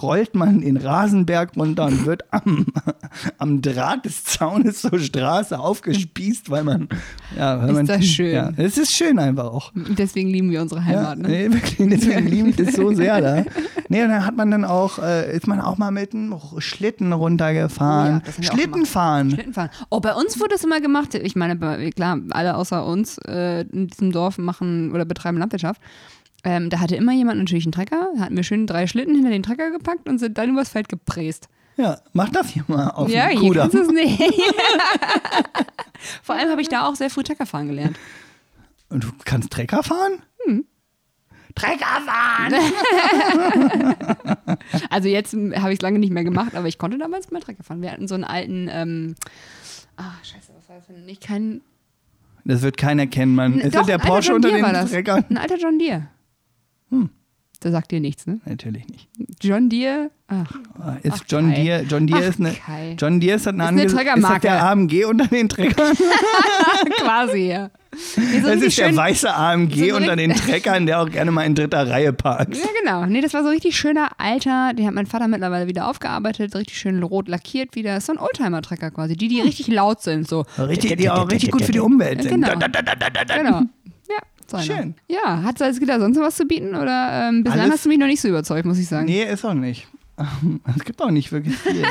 S2: rollt man den Rasenberg runter und wird am, am Draht des Zaunes zur Straße aufgespießt, weil man. Ja, weil
S1: Ist
S2: man,
S1: das schön.
S2: Ja, es ist schön einfach auch.
S1: Deswegen lieben wir unsere
S2: Ja,
S1: Heimat. ne?
S2: nee, wirklich, deswegen liebe ich das so sehr da. Nee, und dann hat man dann auch, äh, ist man auch mal mit einem Schlitten
S1: Oh ja,
S2: runtergefahren.
S1: das haben wir auch
S2: Schlitten
S1: gemacht.
S2: fahren.
S1: Schlitten fahren. Oh, bei uns wurde das immer gemacht. Ich meine, bei- klar, alle außer uns äh, in diesem Dorf machen oder betreiben Landwirtschaft. Ähm, da hatte immer jemand natürlich einen Trecker, hatten wir schön drei Schlitten hinter den Trecker gepackt und sind dann übers Feld gepräst.
S2: Ja, mach das hier mal auf
S1: ja,
S2: dem
S1: hier
S2: Kudamm.
S1: kannst du es nicht. Vor allem habe ich da auch sehr früh Trecker fahren gelernt.
S2: Und du kannst Trecker fahren?
S1: Hm.
S2: Trecker fahren!
S1: Also jetzt hm, habe ich es lange nicht mehr gemacht, aber ich konnte damals mal Trecker fahren. Wir hatten so einen alten, ähm, ah, scheiße, was war das denn? Nicht kein,
S2: Das wird keiner kennen, Mann. Es
S1: Doch,
S2: ist der
S1: ein alter
S2: Porsche
S1: John
S2: unter
S1: Deere
S2: den
S1: war das.
S2: Treckern. Hm.
S1: Ein alter John Deere. Da sagt dir nichts, ne?
S2: Natürlich nicht.
S1: John Deere, ach,
S2: Ah, Ist
S1: Ach,
S2: John
S1: Kai.
S2: Deere, John Deere
S1: Ach,
S2: ist eine,
S1: Kai.
S2: John Deere ist, hat eine
S1: Ist eine
S2: Ange- ist das
S1: Treckermarke.
S2: der AMG unter den Treckern.
S1: quasi, ja. Nee, so
S2: Das
S1: richtig
S2: ist der
S1: schön, ja,
S2: weiße AMG
S1: so
S2: unter den Treckern, der auch gerne mal in dritter Reihe parkt.
S1: genau. Nee, das war so richtig schöner alter, den hat mein Vater mittlerweile wieder aufgearbeitet, richtig schön rot lackiert wieder. Ist so ein Oldtimer-Trecker quasi, die, die
S2: Hm.
S1: richtig laut sind, so.
S2: Richtig, die auch richtig gut für die Umwelt sind.
S1: Genau.
S2: Da, da, da, da, da, da.
S1: Genau. Ja, so einer.
S2: Schön.
S1: Ja, hat Salzgitter sonst noch was zu bieten? Oder ähm, bislang
S2: Alles-
S1: hast du mich noch nicht so überzeugt, muss ich sagen.
S2: Nee, ist auch nicht. Es gibt auch nicht wirklich viel.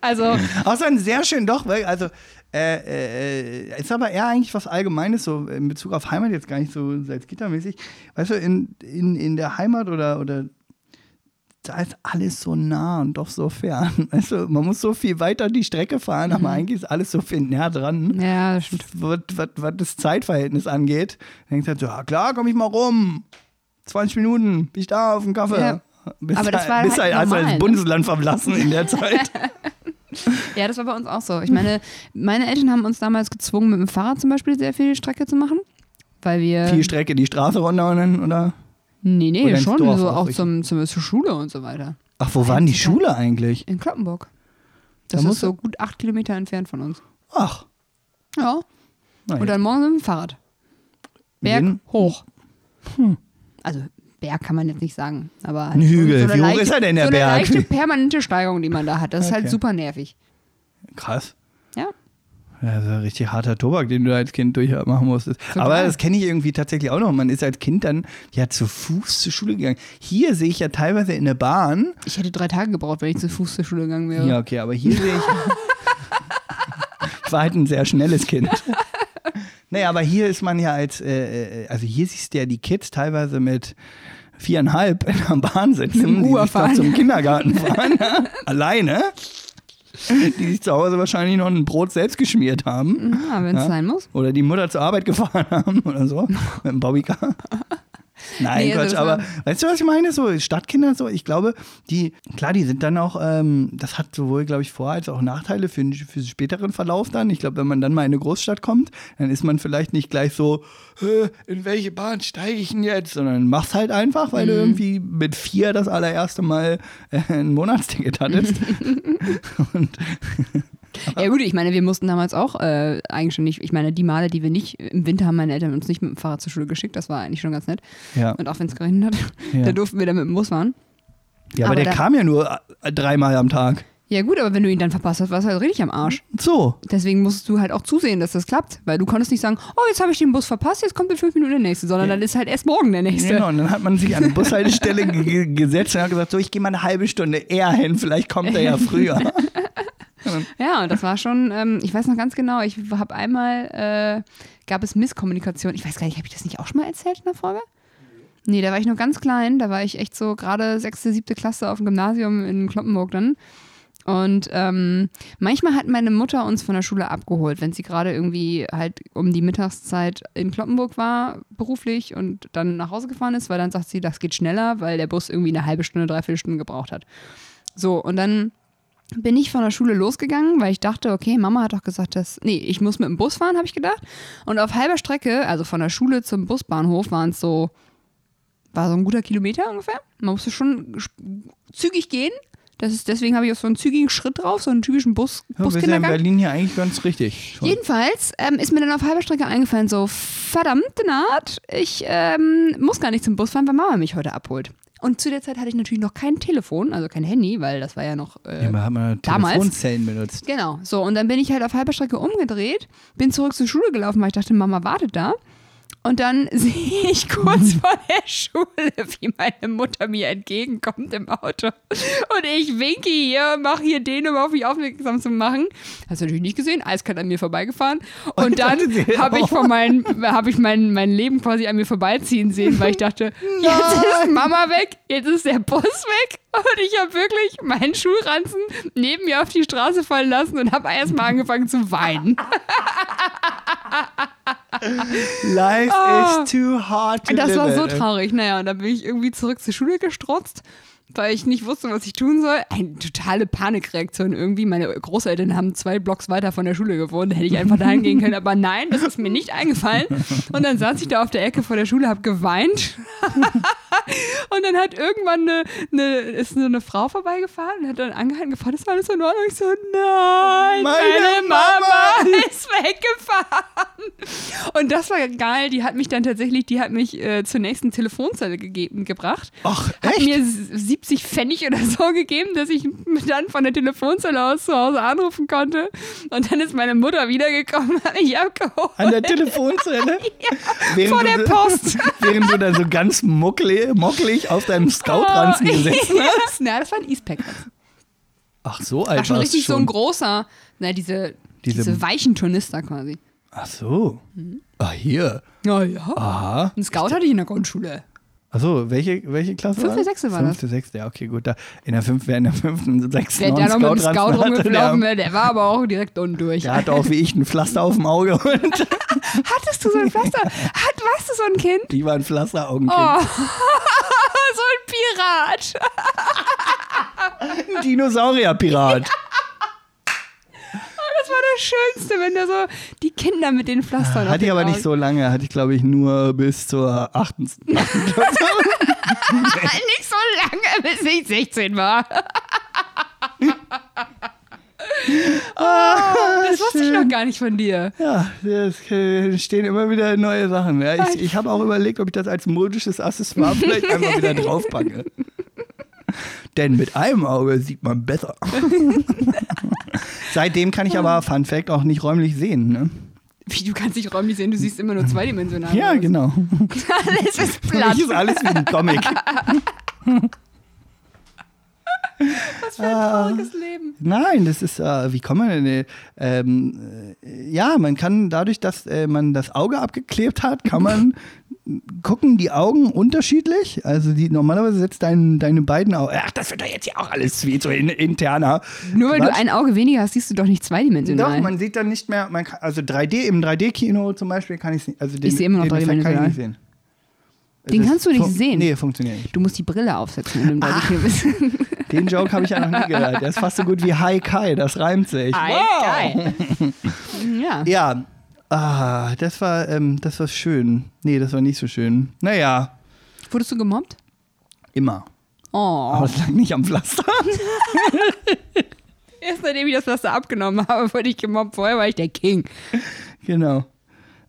S1: Also,
S2: Außer ein sehr schön, doch, weil, also, äh, äh, ist aber eher eigentlich was Allgemeines, so in Bezug auf Heimat jetzt gar nicht so Salzgittermäßig. Weißt du, in, in, in der Heimat oder, oder da ist alles so nah und doch so fern. Weißt du, man muss so viel weiter die Strecke fahren, aber eigentlich ist alles so viel näher dran.
S1: Mhm. ja, das stimmt.
S2: Was, was, was das Zeitverhältnis angeht, denkst du halt so, ja klar, komm ich mal rum. 20 Minuten, bin ich da auf dem Kaffee.
S1: Ja.
S2: Bis
S1: Aber das
S2: halt-
S1: war
S2: bis halt,
S1: halt
S2: hast du
S1: normal,
S2: das
S1: ne?
S2: Bundesland verlassen in der Zeit.
S1: Ja, das war bei uns auch so. Ich meine, meine Eltern haben uns damals gezwungen, mit dem Fahrrad zum Beispiel sehr viel Strecke zu machen. Weil wir.
S2: die Strecke die Straße runter und dann, oder?
S1: nee, nee,
S2: Oder ins
S1: schon.
S2: Dorf
S1: so
S2: auch
S1: auch
S2: richtig.
S1: zum, zum, zur Schule und so weiter.
S2: Ach, wo waren die Schule eigentlich?
S1: In Kloppenburg. Das
S2: Da
S1: ist
S2: musst
S1: so gut acht Kilometer entfernt von uns.
S2: Ach,
S1: Ja.
S2: nein.
S1: Und dann morgen mit dem Fahrrad. Berg
S2: Jeden-
S1: hoch. Also Berg kann man jetzt nicht sagen, aber
S2: Hm. Ein Hügel.
S1: eine
S2: Wie hoch ist er denn, der
S1: so
S2: Berg?
S1: Eine leichte permanente Steigerung, die man da hat. Das ist halt
S2: Okay.
S1: super nervig.
S2: krass.
S1: Ja.
S2: Das ist ein richtig harter Tobak, den du als Kind durchmachen musstest. Aber das kenne ich irgendwie tatsächlich auch noch. Man ist als Kind dann ja zu Fuß zur Schule gegangen. Hier sehe ich ja teilweise in der Bahn.
S1: Ich hätte drei Tage gebraucht, wenn ich zu Fuß zur Schule gegangen
S2: Ja,
S1: wäre.
S2: okay, aber hier sehe ich. ich war halt ein sehr schnelles Kind. Naja, aber hier ist man ja als, äh, äh, also hier siehst du ja die Kids teilweise mit viereinhalb in der Bahn
S1: Mit
S2: sitzen,
S1: dem
S2: die
S1: Uber
S2: sich doch
S1: fahren.
S2: zum Kindergarten fahren, ja, alleine, die sich zu Hause wahrscheinlich noch ein Brot selbst geschmiert haben
S1: Ja, wenn es
S2: Ja.
S1: Ah, sein muss.
S2: oder die Mutter zur Arbeit gefahren haben oder so mit dem Bobbycar. Nein,
S1: Nee, also
S2: Quatsch,
S1: das
S2: aber
S1: war-
S2: weißt du, was ich meine? So Stadtkinder, so ich glaube, die, klar, die sind dann auch, ähm, das hat sowohl, glaube ich, Vor- als auch Nachteile für, den- für den späteren Verlauf dann. Ich glaube, wenn man dann mal in eine Großstadt kommt, dann ist man vielleicht nicht gleich so, "Hä, in welche Bahn steige ich denn jetzt? Sondern mach's halt einfach, weil du
S1: Mhm.
S2: irgendwie mit vier das allererste Mal äh, ein Monatsticket hattest. Und
S1: Ja gut, ich meine, wir mussten damals auch äh, eigenständig, ich meine, die Male, die wir nicht, im Winter haben meine Eltern uns nicht mit dem Fahrrad zur Schule geschickt, das war eigentlich schon ganz nett.
S2: ja.
S1: Und auch wenn es geregnet hat,
S2: Ja.
S1: da durften wir dann mit dem Bus fahren.
S2: ja, aber,
S1: aber
S2: der
S1: da-
S2: kam ja nur äh, dreimal am Tag.
S1: Ja gut, aber wenn du ihn dann verpasst hast, warst du halt richtig am Arsch.
S2: So.
S1: Deswegen musst du halt auch zusehen, dass das klappt, weil du konntest nicht sagen, oh, jetzt habe ich den Bus verpasst, jetzt kommt in fünf Minuten der nächste, sondern dann ist halt erst morgen der nächste.
S2: Genau, und dann hat man sich an die Bushaltestelle ge- ge- gesetzt und hat gesagt, so, ich gehe mal eine halbe Stunde eher hin, vielleicht kommt er ja früher.
S1: Ja, und das war schon, ähm, ich weiß noch ganz genau, ich habe einmal, äh, gab es Misskommunikation. Ich weiß gar nicht, habe ich das nicht auch schon mal erzählt in der Folge? Nee, da war ich noch ganz klein, da war ich echt so gerade sechste, siebte Klasse auf dem Gymnasium in Kloppenburg dann. Und ähm, manchmal hat meine Mutter uns von der Schule abgeholt, wenn sie gerade irgendwie halt um die Mittagszeit in Kloppenburg war, beruflich und dann nach Hause gefahren ist, weil dann sagt sie, das geht schneller, weil der Bus irgendwie eine halbe Stunde, dreiviertel Stunden gebraucht hat. So, und dann bin ich von der Schule losgegangen, weil ich dachte, okay, Mama hat doch gesagt, dass. Nee, ich muss mit dem Bus fahren, habe ich gedacht. Und auf halber Strecke, also von der Schule zum Busbahnhof, waren es so. War so ein guter Kilometer ungefähr. Man musste schon sch- zügig gehen. Das ist, deswegen habe ich auch so einen zügigen Schritt drauf, so einen typischen Bus,
S2: Ja, wir sind ja in
S1: Buskindergang.
S2: Berlin hier eigentlich ganz richtig. Schon.
S1: Jedenfalls ähm, ist mir dann auf halber Strecke eingefallen, so verdammte Naht, ich ähm, muss gar nicht zum Bus fahren, weil Mama mich heute abholt. Und zu der Zeit hatte ich natürlich noch kein Telefon, also kein Handy, weil das war ja noch äh,
S2: Ja, wir haben ja
S1: Damals?
S2: Telefonzellen benutzt.
S1: Genau, so und dann bin ich halt auf halber Strecke umgedreht, bin zurück zur Schule gelaufen, weil ich dachte, Mama wartet da. Und dann sehe ich kurz vor der Schule, wie meine Mutter mir entgegenkommt im Auto. Und ich winke hier, mache hier den, um auf mich aufmerksam zu machen. Hast du natürlich nicht gesehen, eiskalt an mir vorbeigefahren. Und, dann
S2: dachte sie,
S1: habe ich,
S2: oh.
S1: von meinen- hab ich mein, mein Leben quasi an mir vorbeiziehen sehen, weil ich dachte, jetzt ist Mama weg, jetzt ist der Bus weg. Und ich habe wirklich meinen Schulranzen neben mir auf die Straße fallen lassen und habe erstmal angefangen zu weinen.
S2: Life
S1: Ah.
S2: is too hard to
S1: Das
S2: live
S1: war so
S2: it.
S1: traurig. Naja, und dann bin ich irgendwie zurück zur Schule gestrotzt, weil ich nicht wusste, was ich tun soll. Eine totale Panikreaktion irgendwie. Meine Großeltern haben zwei Blocks weiter von der Schule gewohnt. Hätte ich einfach dahin gehen können. Aber nein, das ist mir nicht eingefallen. Und dann saß ich da auf der Ecke vor der Schule, habe geweint. und dann hat irgendwann eine, eine, ist so eine Frau vorbeigefahren und hat dann angehalten, gefragt, ist alles in Ordnung? Ich so, nein, meine,
S2: Meine
S1: Mama,
S2: Mama
S1: ist weggefahren. Und das war geil. Die hat mich dann tatsächlich, die hat mich äh, zur nächsten Telefonzelle gegeben, gebracht.
S2: Ach,
S1: Hat
S2: echt?
S1: mir s- 70 Pfennig oder so gegeben, dass ich dann von der Telefonzelle aus zu Hause anrufen konnte. Und dann ist meine Mutter wiedergekommen, hat mich abgeholt.
S2: An der Telefonzelle? Während
S1: Vor
S2: du
S1: der
S2: so-
S1: Post.
S2: Während du da so ganz mockli, mocklig auf
S1: Oh.
S2: deinem Scoutranzen gesessen hast.
S1: hast? Na, das war ein Eastpack.
S2: Ach, so
S1: War
S2: alt
S1: schon
S2: war
S1: richtig so
S2: schon.
S1: ein großer, na, diese, diese,
S2: Diese-
S1: weichen Turnister quasi.
S2: Ach so.
S1: Mhm.
S2: Ah, hier.
S1: Ja, ja.
S2: Aha.
S1: Ah, Ein Scout hatte ich in der Grundschule.
S2: Also welche, welche Klasse
S1: Fünfte,
S2: war
S1: sechste war das.
S2: Fünfte, sechste, ja, okay, gut. Da, in der fünften, wer in der fünften, sechsten
S1: Wer
S2: noch
S1: da
S2: einen
S1: noch mit dem
S2: Scoutranzen
S1: Scout
S2: hatte,
S1: rumgelaufen
S2: der,
S1: wäre, der war aber auch direkt unten durch.
S2: der hatte auch wie ich ein Pflaster auf dem Auge und
S1: Hattest du so ein Pflaster? Hat, warst du so ein Kind?
S2: die war ein Pflasteraugenkind.
S1: Oh, so ein Pirat.
S2: Ein Dinosaurierpirat.
S1: Das war das Schönste, wenn da so die Kinder mit den Pflastern. auf
S2: Hatte ich
S1: den
S2: aber nicht
S1: Augen-
S2: so lange, hatte ich glaube ich nur bis zur achten.
S1: Ah, nicht so lange, bis ich 16 war.
S2: Ah,
S1: oh, das wusste ich noch gar nicht von dir.
S2: Ja, es äh, stehen immer wieder neue Sachen. Ja, ich ich habe auch überlegt, ob ich das als modisches Accessoire vielleicht einfach wieder draufpacke. Denn mit einem Auge sieht man besser. Seitdem kann ich aber, Fun Fact, auch nicht räumlich sehen. Ne?
S1: Wie, du kannst dich räumlich sehen, du siehst immer nur zweidimensional.
S2: Ja,
S1: aus.
S2: genau.
S1: Alles ist
S2: Für
S1: platt.
S2: mich ist alles wie ein Comic.
S1: Was für ein trauriges Leben.
S2: Nein, das ist, äh, wie kommt man denn? äh, Ähm, äh, ja, man kann dadurch, dass äh, man das Auge abgeklebt hat, kann man gucken die Augen unterschiedlich. Also die normalerweise setzt dein, deine beiden Augen. Ach, das wird doch jetzt hier auch alles viel zu in, interner.
S1: Nur weil
S2: Quatsch.
S1: du ein Auge weniger hast, siehst du doch nicht zweidimensional.
S2: Doch, man sieht dann nicht mehr, man kann, also 3D, im 3D-Kino zum Beispiel kann ich es nicht. Also den,
S1: Ich sehe immer noch
S2: den Effekt kann ich
S1: dreidimensional.
S2: nicht sehen.
S1: Den
S2: Das
S1: kannst du nicht sehen?
S2: Nee, funktioniert nicht.
S1: du musst die Brille aufsetzen, wenn du im
S2: Ah.
S1: 3D bist.
S2: Den Joke habe ich ja noch nie gehört. Der ist fast so gut wie Hi Kai, das reimt sich.
S1: Wow. ja.
S2: Ja, ah, das war, ähm, das war schön. Nee, das war nicht so schön. Naja,
S1: Wurdest du gemobbt?
S2: immer.
S1: Oh.
S2: Aber es lag nicht am Pflaster.
S1: Erst nachdem ich das Pflaster abgenommen habe, wurde ich gemobbt. Vorher war ich der King.
S2: genau.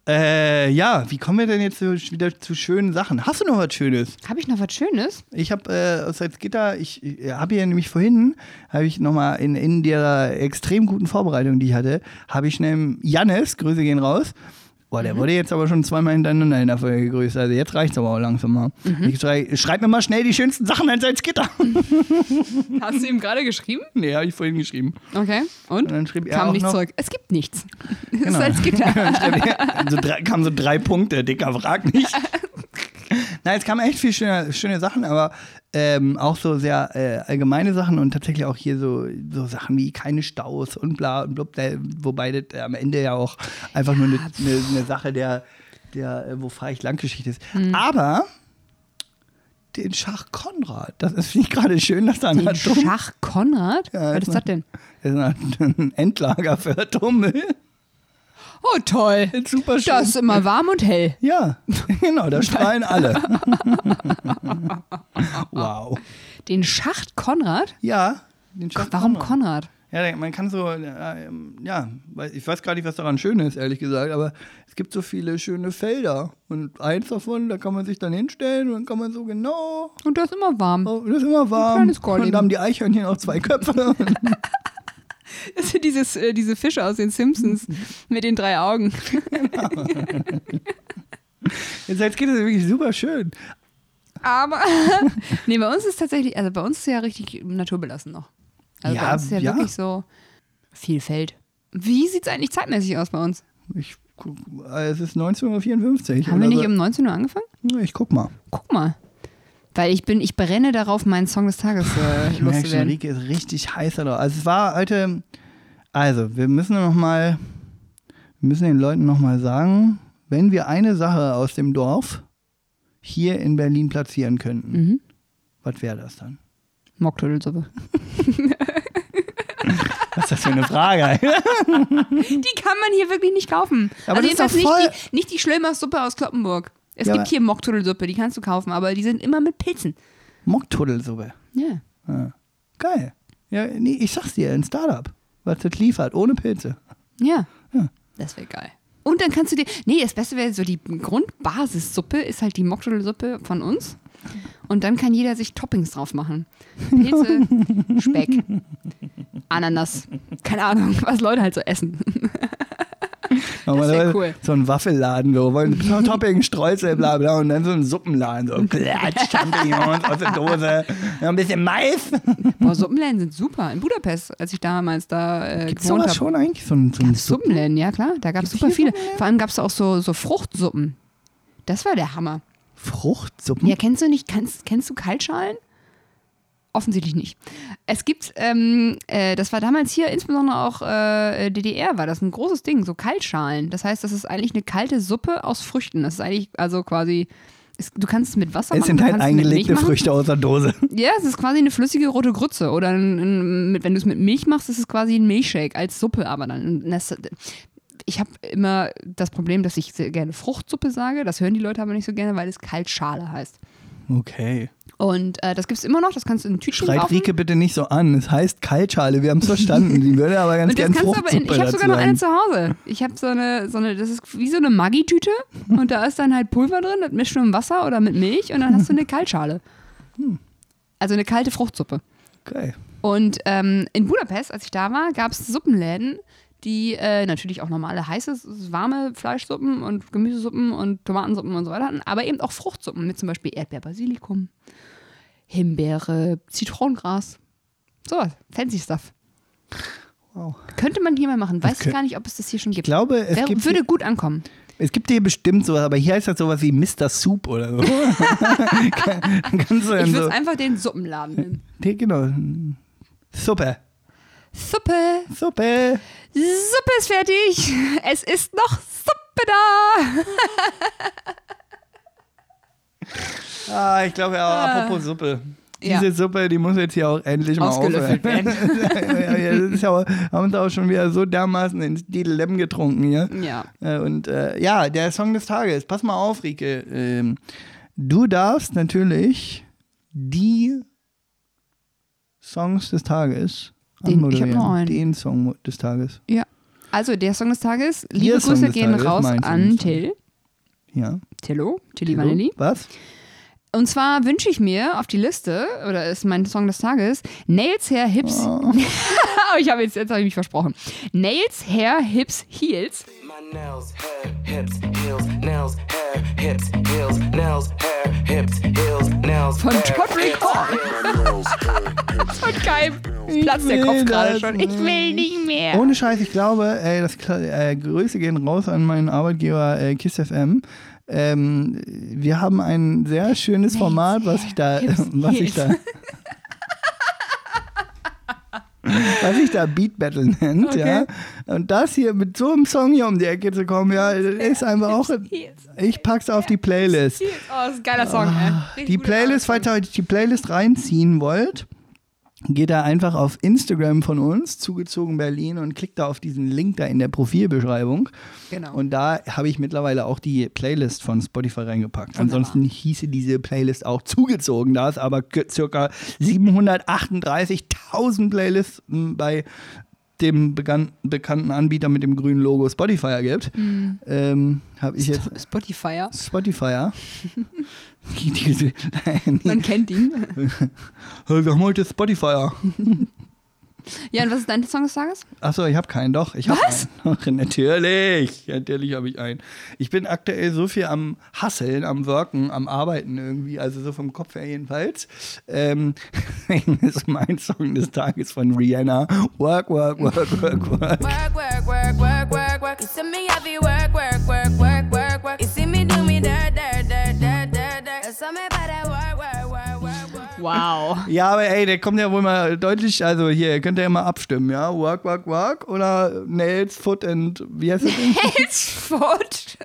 S2: Äh, ja, wie kommen wir denn jetzt so sch- wieder zu schönen Sachen? Hast du noch was Schönes?
S1: Habe ich noch was Schönes?
S2: Ich habe äh, aus Salzgitter, ich, ich habe ja nämlich vorhin, habe ich nochmal in, in der extrem guten Vorbereitung, die ich hatte, habe ich schnell Jannis, Grüße gehen raus, Boah, der wurde jetzt aber schon zweimal hintereinander in der Folge gegrüßt. Also jetzt reicht's aber auch langsam mal. Ich schrei, schreib mir mal schnell die schönsten Sachen ans Gitter.
S1: Hast du ihm gerade geschrieben?
S2: nee, habe ich vorhin geschrieben.
S1: Okay. Und?
S2: Und dann schrieb er
S1: Kam
S2: auch
S1: nicht
S2: noch,
S1: zurück. Es gibt nichts. Es
S2: Genau.
S1: ist als Gitter.
S2: so drei, kamen so drei Punkte, dicker, frag nicht. Nein, es kamen echt viele schöne, schöne Sachen, aber ähm, auch so sehr äh, allgemeine Sachen und tatsächlich auch hier so, so Sachen wie keine Staus und bla und blub, äh, wobei das äh, am Ende ja auch einfach nur eine ne, ne Sache der, der äh, wo fahre ich lang Geschichte ist.
S1: Hm.
S2: Aber den Schach Konrad, das ist nicht gerade schön, dass da einer
S1: Den
S2: dumm
S1: Schach Konrad?
S2: Ja,
S1: Was ist das denn?
S2: Das ist ein Endlager für Dummel.
S1: Oh, toll.
S2: Super schön.
S1: Da ist immer warm und hell.
S2: Ja, genau, da strahlen alle. wow.
S1: Den Schacht Konrad?
S2: Ja, den Schacht
S1: Warum
S2: Konrad.
S1: Konrad?
S2: Ja, der- man kann so, äh, ähm, ja, weiß- ich weiß gar nicht, was daran schön ist, ehrlich gesagt, aber es gibt so viele schöne Felder und eins davon, da kann man sich dann hinstellen und dann kann man so genau,
S1: Und da ist immer warm.
S2: oh, das ist immer warm.
S1: kleines Gorleben.
S2: Und da haben die Eichhörnchen auch zwei Köpfe.
S1: Das sind dieses, äh, diese Fische aus den Simpsons mit den drei Augen.
S2: Jetzt als Kind ist es wirklich super schön.
S1: Aber. nee, bei uns ist tatsächlich, also bei uns ist ja richtig naturbelassen noch. Also
S2: Ja,
S1: bei uns ist ja,
S2: ja.
S1: wirklich so viel Feld. Wie sieht es eigentlich zeitmäßig aus bei uns?
S2: Ich guck, äh, es ist 1954.
S1: Haben wir
S2: oder
S1: nicht
S2: so.
S1: um 19 Uhr angefangen?
S2: Ich guck mal.
S1: Guck mal. Weil ich bin, ich brenne darauf, meinen Song des Tages äh,
S2: Ich merke schon,
S1: loszuwerden.
S2: Rieke ist richtig heiß da drauf. Also es war heute, also wir müssen noch mal, wir müssen den Leuten noch mal sagen, wenn wir eine Sache aus dem Dorf hier in Berlin platzieren könnten,
S1: Mhm.
S2: was wäre das dann?
S1: Mocktödelsuppe.
S2: Was ist das für eine Frage?
S1: Die kann man hier wirklich nicht kaufen.
S2: Aber
S1: also
S2: das ist doch
S1: jedenfalls nicht,
S2: voll-
S1: die, nicht die Schlömer-Suppe aus Kloppenburg. Es
S2: Ja,
S1: gibt
S2: aber-
S1: hier Mocktödelsuppe, die kannst du kaufen, aber die sind immer mit Pilzen.
S2: Mocktudelsuppe.
S1: Ja.
S2: Ja. Geil. Ja, nee, ich sag's dir, ein Startup, was das liefert, ohne Pilze.
S1: Ja.
S2: Ja.
S1: Das wäre geil. Und dann kannst du dir. Nee, das Beste wäre so, die Grundbasissuppe ist halt die Mocktödelsuppe von uns. Und dann kann jeder sich Toppings drauf machen. Pilze, Speck, Ananas. Keine Ahnung, was Leute halt so essen.
S2: Normalerweise
S1: cool.
S2: So ein Waffelladen, wir wollen Topping, Streusel, bla bla und dann so ein Suppenladen, so Klatsch, Champignons aus der Dose, ja, ein bisschen Mais.
S1: Boah, Suppenläden sind super. In Budapest, als ich damals da äh,
S2: Gibt's
S1: gewohnt
S2: sowas
S1: habe.
S2: schon eigentlich? So ein, so ein Suppen?
S1: Suppenläden, ja klar, da gab es
S2: Gibt's
S1: super
S2: hier
S1: viele.
S2: Suppenläden?
S1: Vor allem gab es auch so, so Fruchtsuppen. Das war der Hammer.
S2: Fruchtsuppen?
S1: Ja, kennst du nicht, kennst, kennst du Kaltschalen? Offensichtlich nicht. Es gibt, ähm, äh, das war damals hier, insbesondere auch äh, DDR, war das ein großes Ding, so Kaltschalen. Das heißt, das ist eigentlich eine kalte Suppe aus Früchten. Das ist eigentlich, also quasi, es, du kannst es mit Wasser
S2: es
S1: machen.
S2: sind
S1: du
S2: halt
S1: kannst es mit Milch
S2: eingelegte
S1: machen.
S2: Früchte aus der Dose.
S1: Ja, es ist quasi eine flüssige rote Grütze. Oder ein, ein, mit- wenn du es mit Milch machst, ist es quasi ein Milchshake als Suppe. Aber dann. Und Das, ich habe immer das Problem, dass ich sehr gerne Fruchtsuppe sage. Das hören die Leute aber nicht so gerne, weil es Kaltschale heißt.
S2: Okay.
S1: Und äh, das gibt es immer noch. Das kannst du in Tütchen
S2: Schreit
S1: kaufen.
S2: Rike bitte nicht so an. Es heißt Kaltschale, wir haben es verstanden. Die würde aber ganz
S1: und das
S2: gern
S1: kannst du aber in,
S2: Fruchtsuppe
S1: ich habe
S2: dazu
S1: sogar noch eine
S2: haben.
S1: zu Hause. Ich habe so eine, so eine, das ist wie so eine Maggi-Tüte und da ist dann halt Pulver drin, das mischst du im Wasser oder mit Milch und dann hast du eine Kaltschale.
S2: Hm.
S1: Also eine kalte Fruchtsuppe.
S2: Okay.
S1: Und ähm, in Budapest, als ich da war, gab es Suppenläden, die äh, natürlich auch normale heiße, warme Fleischsuppen und Gemüsesuppen und Tomatensuppen und so weiter hatten, aber eben auch Fruchtsuppen mit zum Beispiel Erdbeerbasilikum, Himbeere, Zitronengras, sowas, fancy Stuff.
S2: Wow.
S1: Könnte man hier mal machen. Weiß
S2: Okay.
S1: ich gar nicht, ob es das hier schon
S2: Ich
S1: gibt.
S2: glaube, es
S1: Wär-
S2: gibt,
S1: würde gut ankommen.
S2: es gibt hier bestimmt sowas, aber hier heißt das sowas wie Mr. Soup oder so. Kann- kannst du
S1: Ich
S2: dann
S1: würde
S2: so.
S1: es einfach den Suppenladen nennen.
S2: Nee, genau. Suppe.
S1: Suppe,
S2: Suppe.
S1: Suppe ist fertig. Es ist noch Suppe da.
S2: Ah, ich glaube, ja, apropos Suppe.
S1: Ja.
S2: Diese Suppe, die muss jetzt hier auch endlich mal
S1: Ausgelöffelt
S2: aufhören. ja, ja, das ist ja, auch- haben uns auch schon wieder so dermaßen ins Didelem getrunken hier.
S1: Ja.
S2: Äh, Und äh, ja, der Song des Tages. Pass mal auf, Rike. Ähm, du darfst natürlich die Songs des Tages
S1: Den- ich hab
S2: anmoderieren.
S1: noch einen.
S2: Den Song des Tages.
S1: Ja. Also der Song des Tages. Liebe
S2: Ihr Song
S1: Grüße
S2: des
S1: gehen
S2: Tages,
S1: raus
S2: mein Song
S1: an
S2: des Tages.
S1: Till.
S2: Ja.
S1: Tillo, Tilly Vanilli.
S2: Was?
S1: Und zwar wünsche ich mir auf die Liste, oder ist mein Song des Tages, Nails, Hair,
S2: Ah.
S1: Oh, Hips. ich habe jetzt, jetzt habe ich mich versprochen. Nails, Hair, Hips, Heels.
S3: My nails, hair, hips, heels, nails, hair, hips, heels, nails, hair, hips, heels, nails.
S1: Von
S2: Äh.
S3: hair,
S1: Todd
S3: hips,
S1: Ricard.
S3: heels,
S1: Und kein Platz der
S2: will
S1: Kopf gerade
S2: das
S1: schon. Ich will nicht mehr.
S2: Ohne Scheiß, ich glaube, ey, das, äh, Grüße gehen raus an meinen Arbeitgeber äh, Kiss FM. Ähm, wir haben ein sehr schönes Format, was ich da, was ich da, was ich da Beat Battle nennt,
S1: Okay.
S2: ja. Und das hier mit so einem Song hier um die Ecke zu kommen, ja, ist einfach auch.
S1: Yes.
S2: Ich pack's auf die Playlist.
S1: Oh, das ist ein geiler Song, ey. Richtig
S2: Ah, die
S1: guter
S2: Playlist,
S1: Song.
S2: falls ihr euch die Playlist reinziehen wollt, geht da einfach auf Instagram von uns, zugezogen Berlin, und klickt da auf diesen Link da in der Profilbeschreibung.
S1: Genau.
S2: Und da habe ich mittlerweile auch die Playlist von Spotify reingepackt. Ansonsten hieße diese Playlist auch zugezogen. Da es aber k- circa 738.000 Playlists m, bei dem begann, bekannten Anbieter mit dem grünen Logo Spotify gibt,
S1: Mhm.
S2: ähm, habe ich jetzt
S1: Spotify.
S2: Spotify. Die- die-
S1: Man kennt ihn.
S2: Hey, wir haben heute Spotify.
S1: Ja, und was ist dein Song des Tages?
S2: Achso, ich habe keinen, doch. Ich hab
S1: Was?
S2: Einen. Doch, natürlich, natürlich habe ich einen. Ich bin aktuell so viel am Hasseln, am Worken, am Arbeiten irgendwie, also so vom Kopf her jedenfalls. Ähm, deswegen ist mein Song des Tages von Rihanna. Work, work, work, work, work.
S4: Work, work, work, work, work, work. You see me heavy work, work, work, work, work, work. You see me do me dirt, dirt, dirt, dirt, dirt, dirt. There's something about that work, work, work, work, work.
S1: Wow.
S2: Ja, aber ey, der kommt ja wohl mal deutlich, also hier, könnt ihr ja mal abstimmen, ja? Work, work, work oder Nails, Foot and, wie heißt das Ding?
S1: Nails, Foot.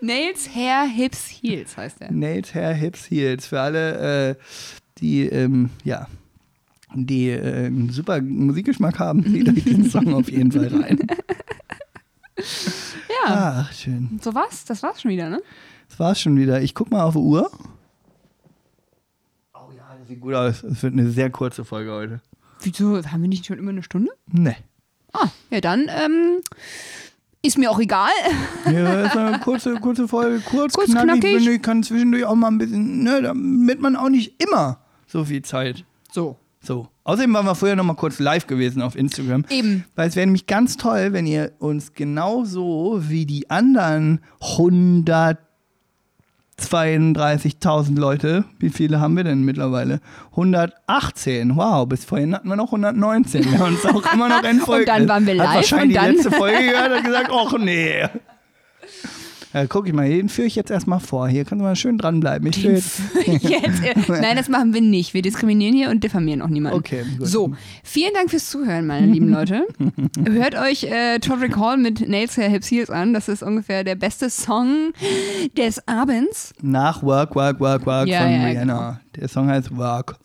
S1: Nails, Hair, Hips, Heels heißt der.
S2: Nails, Hair, Hips, Heels. Für alle, äh, die, ähm, ja, die äh, einen super Musikgeschmack haben, zieht euch diesen Song auf jeden Fall rein.
S1: Ja,
S2: Ach, schön.
S1: so was? Das war's schon wieder, ne?
S2: Das war's schon wieder. Ich guck mal auf die Uhr. Oh ja, das sieht gut aus. Es wird eine sehr kurze Folge heute.
S1: Wieso? Haben wir nicht schon immer eine Stunde?
S2: Nee.
S1: Ah, ja, dann ähm, ist mir auch egal.
S2: Ja, das ist eine kurze, kurze Folge, kurz,
S1: Kurz,
S2: knackig.
S1: knackig.
S2: Ich bin- Ich kann zwischendurch auch mal ein bisschen, ne, damit man auch nicht immer so viel Zeit
S1: So.
S2: So. Außerdem waren wir vorher noch mal kurz live gewesen auf Instagram.
S1: Eben.
S2: Weil es wäre nämlich ganz toll, wenn ihr uns genauso wie die anderen 132.000 Leute, wie viele haben wir denn mittlerweile? 118. Wow, bis vorhin hatten wir noch 119. Wir haben uns auch immer noch entfolgt.
S1: Und dann waren wir live
S2: Hat wahrscheinlich
S1: und dann-
S2: die letzte Folge gehört und gesagt, ach nee. Ja, guck ich mal, den führe ich jetzt erstmal vor. Hier kannst du mal schön dranbleiben. Ich will jetzt
S1: Jetzt, äh, nein, das machen wir nicht. Wir diskriminieren hier und diffamieren auch niemanden.
S2: Okay, gut.
S1: So, vielen Dank fürs Zuhören, meine lieben Leute. Hört euch äh, Todrick Hall mit Nails Hair Hips Heels an. Das ist ungefähr der beste Song des Abends.
S2: nach Work, Work, Work, Work
S1: Ja,
S2: von
S1: ja, genau.
S2: Rihanna. Der Song heißt Work.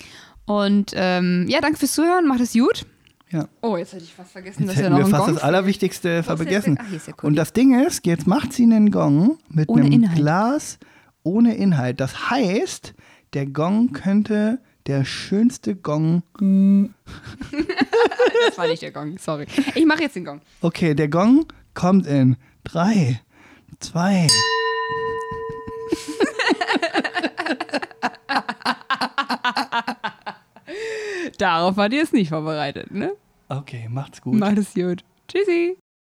S1: Und ähm, ja, danke fürs Zuhören. Macht es gut.
S2: Ja.
S1: Oh, jetzt hätte ich fast vergessen,
S2: Jetzt
S1: dass wir
S2: hätten
S1: noch
S2: wir
S1: einen
S2: fast
S1: Gong
S2: das Allerwichtigste
S1: ist der
S2: vergessen.
S1: Gong? Ach, hier ist der Kuli.
S2: Und das Ding ist, jetzt macht sie einen Gong mit
S1: Ohne
S2: einem
S1: Inhalt.
S2: Glas ohne Inhalt. Das heißt, der Gong könnte der schönste Gong.
S1: Das war nicht der Gong, sorry. Ich mache jetzt den Gong.
S2: Okay, der Gong kommt in drei, zwei.
S1: Darauf wart ihr jetzt nicht vorbereitet, ne?
S2: Okay, macht's gut.
S1: Macht es ne? gut. Tschüssi.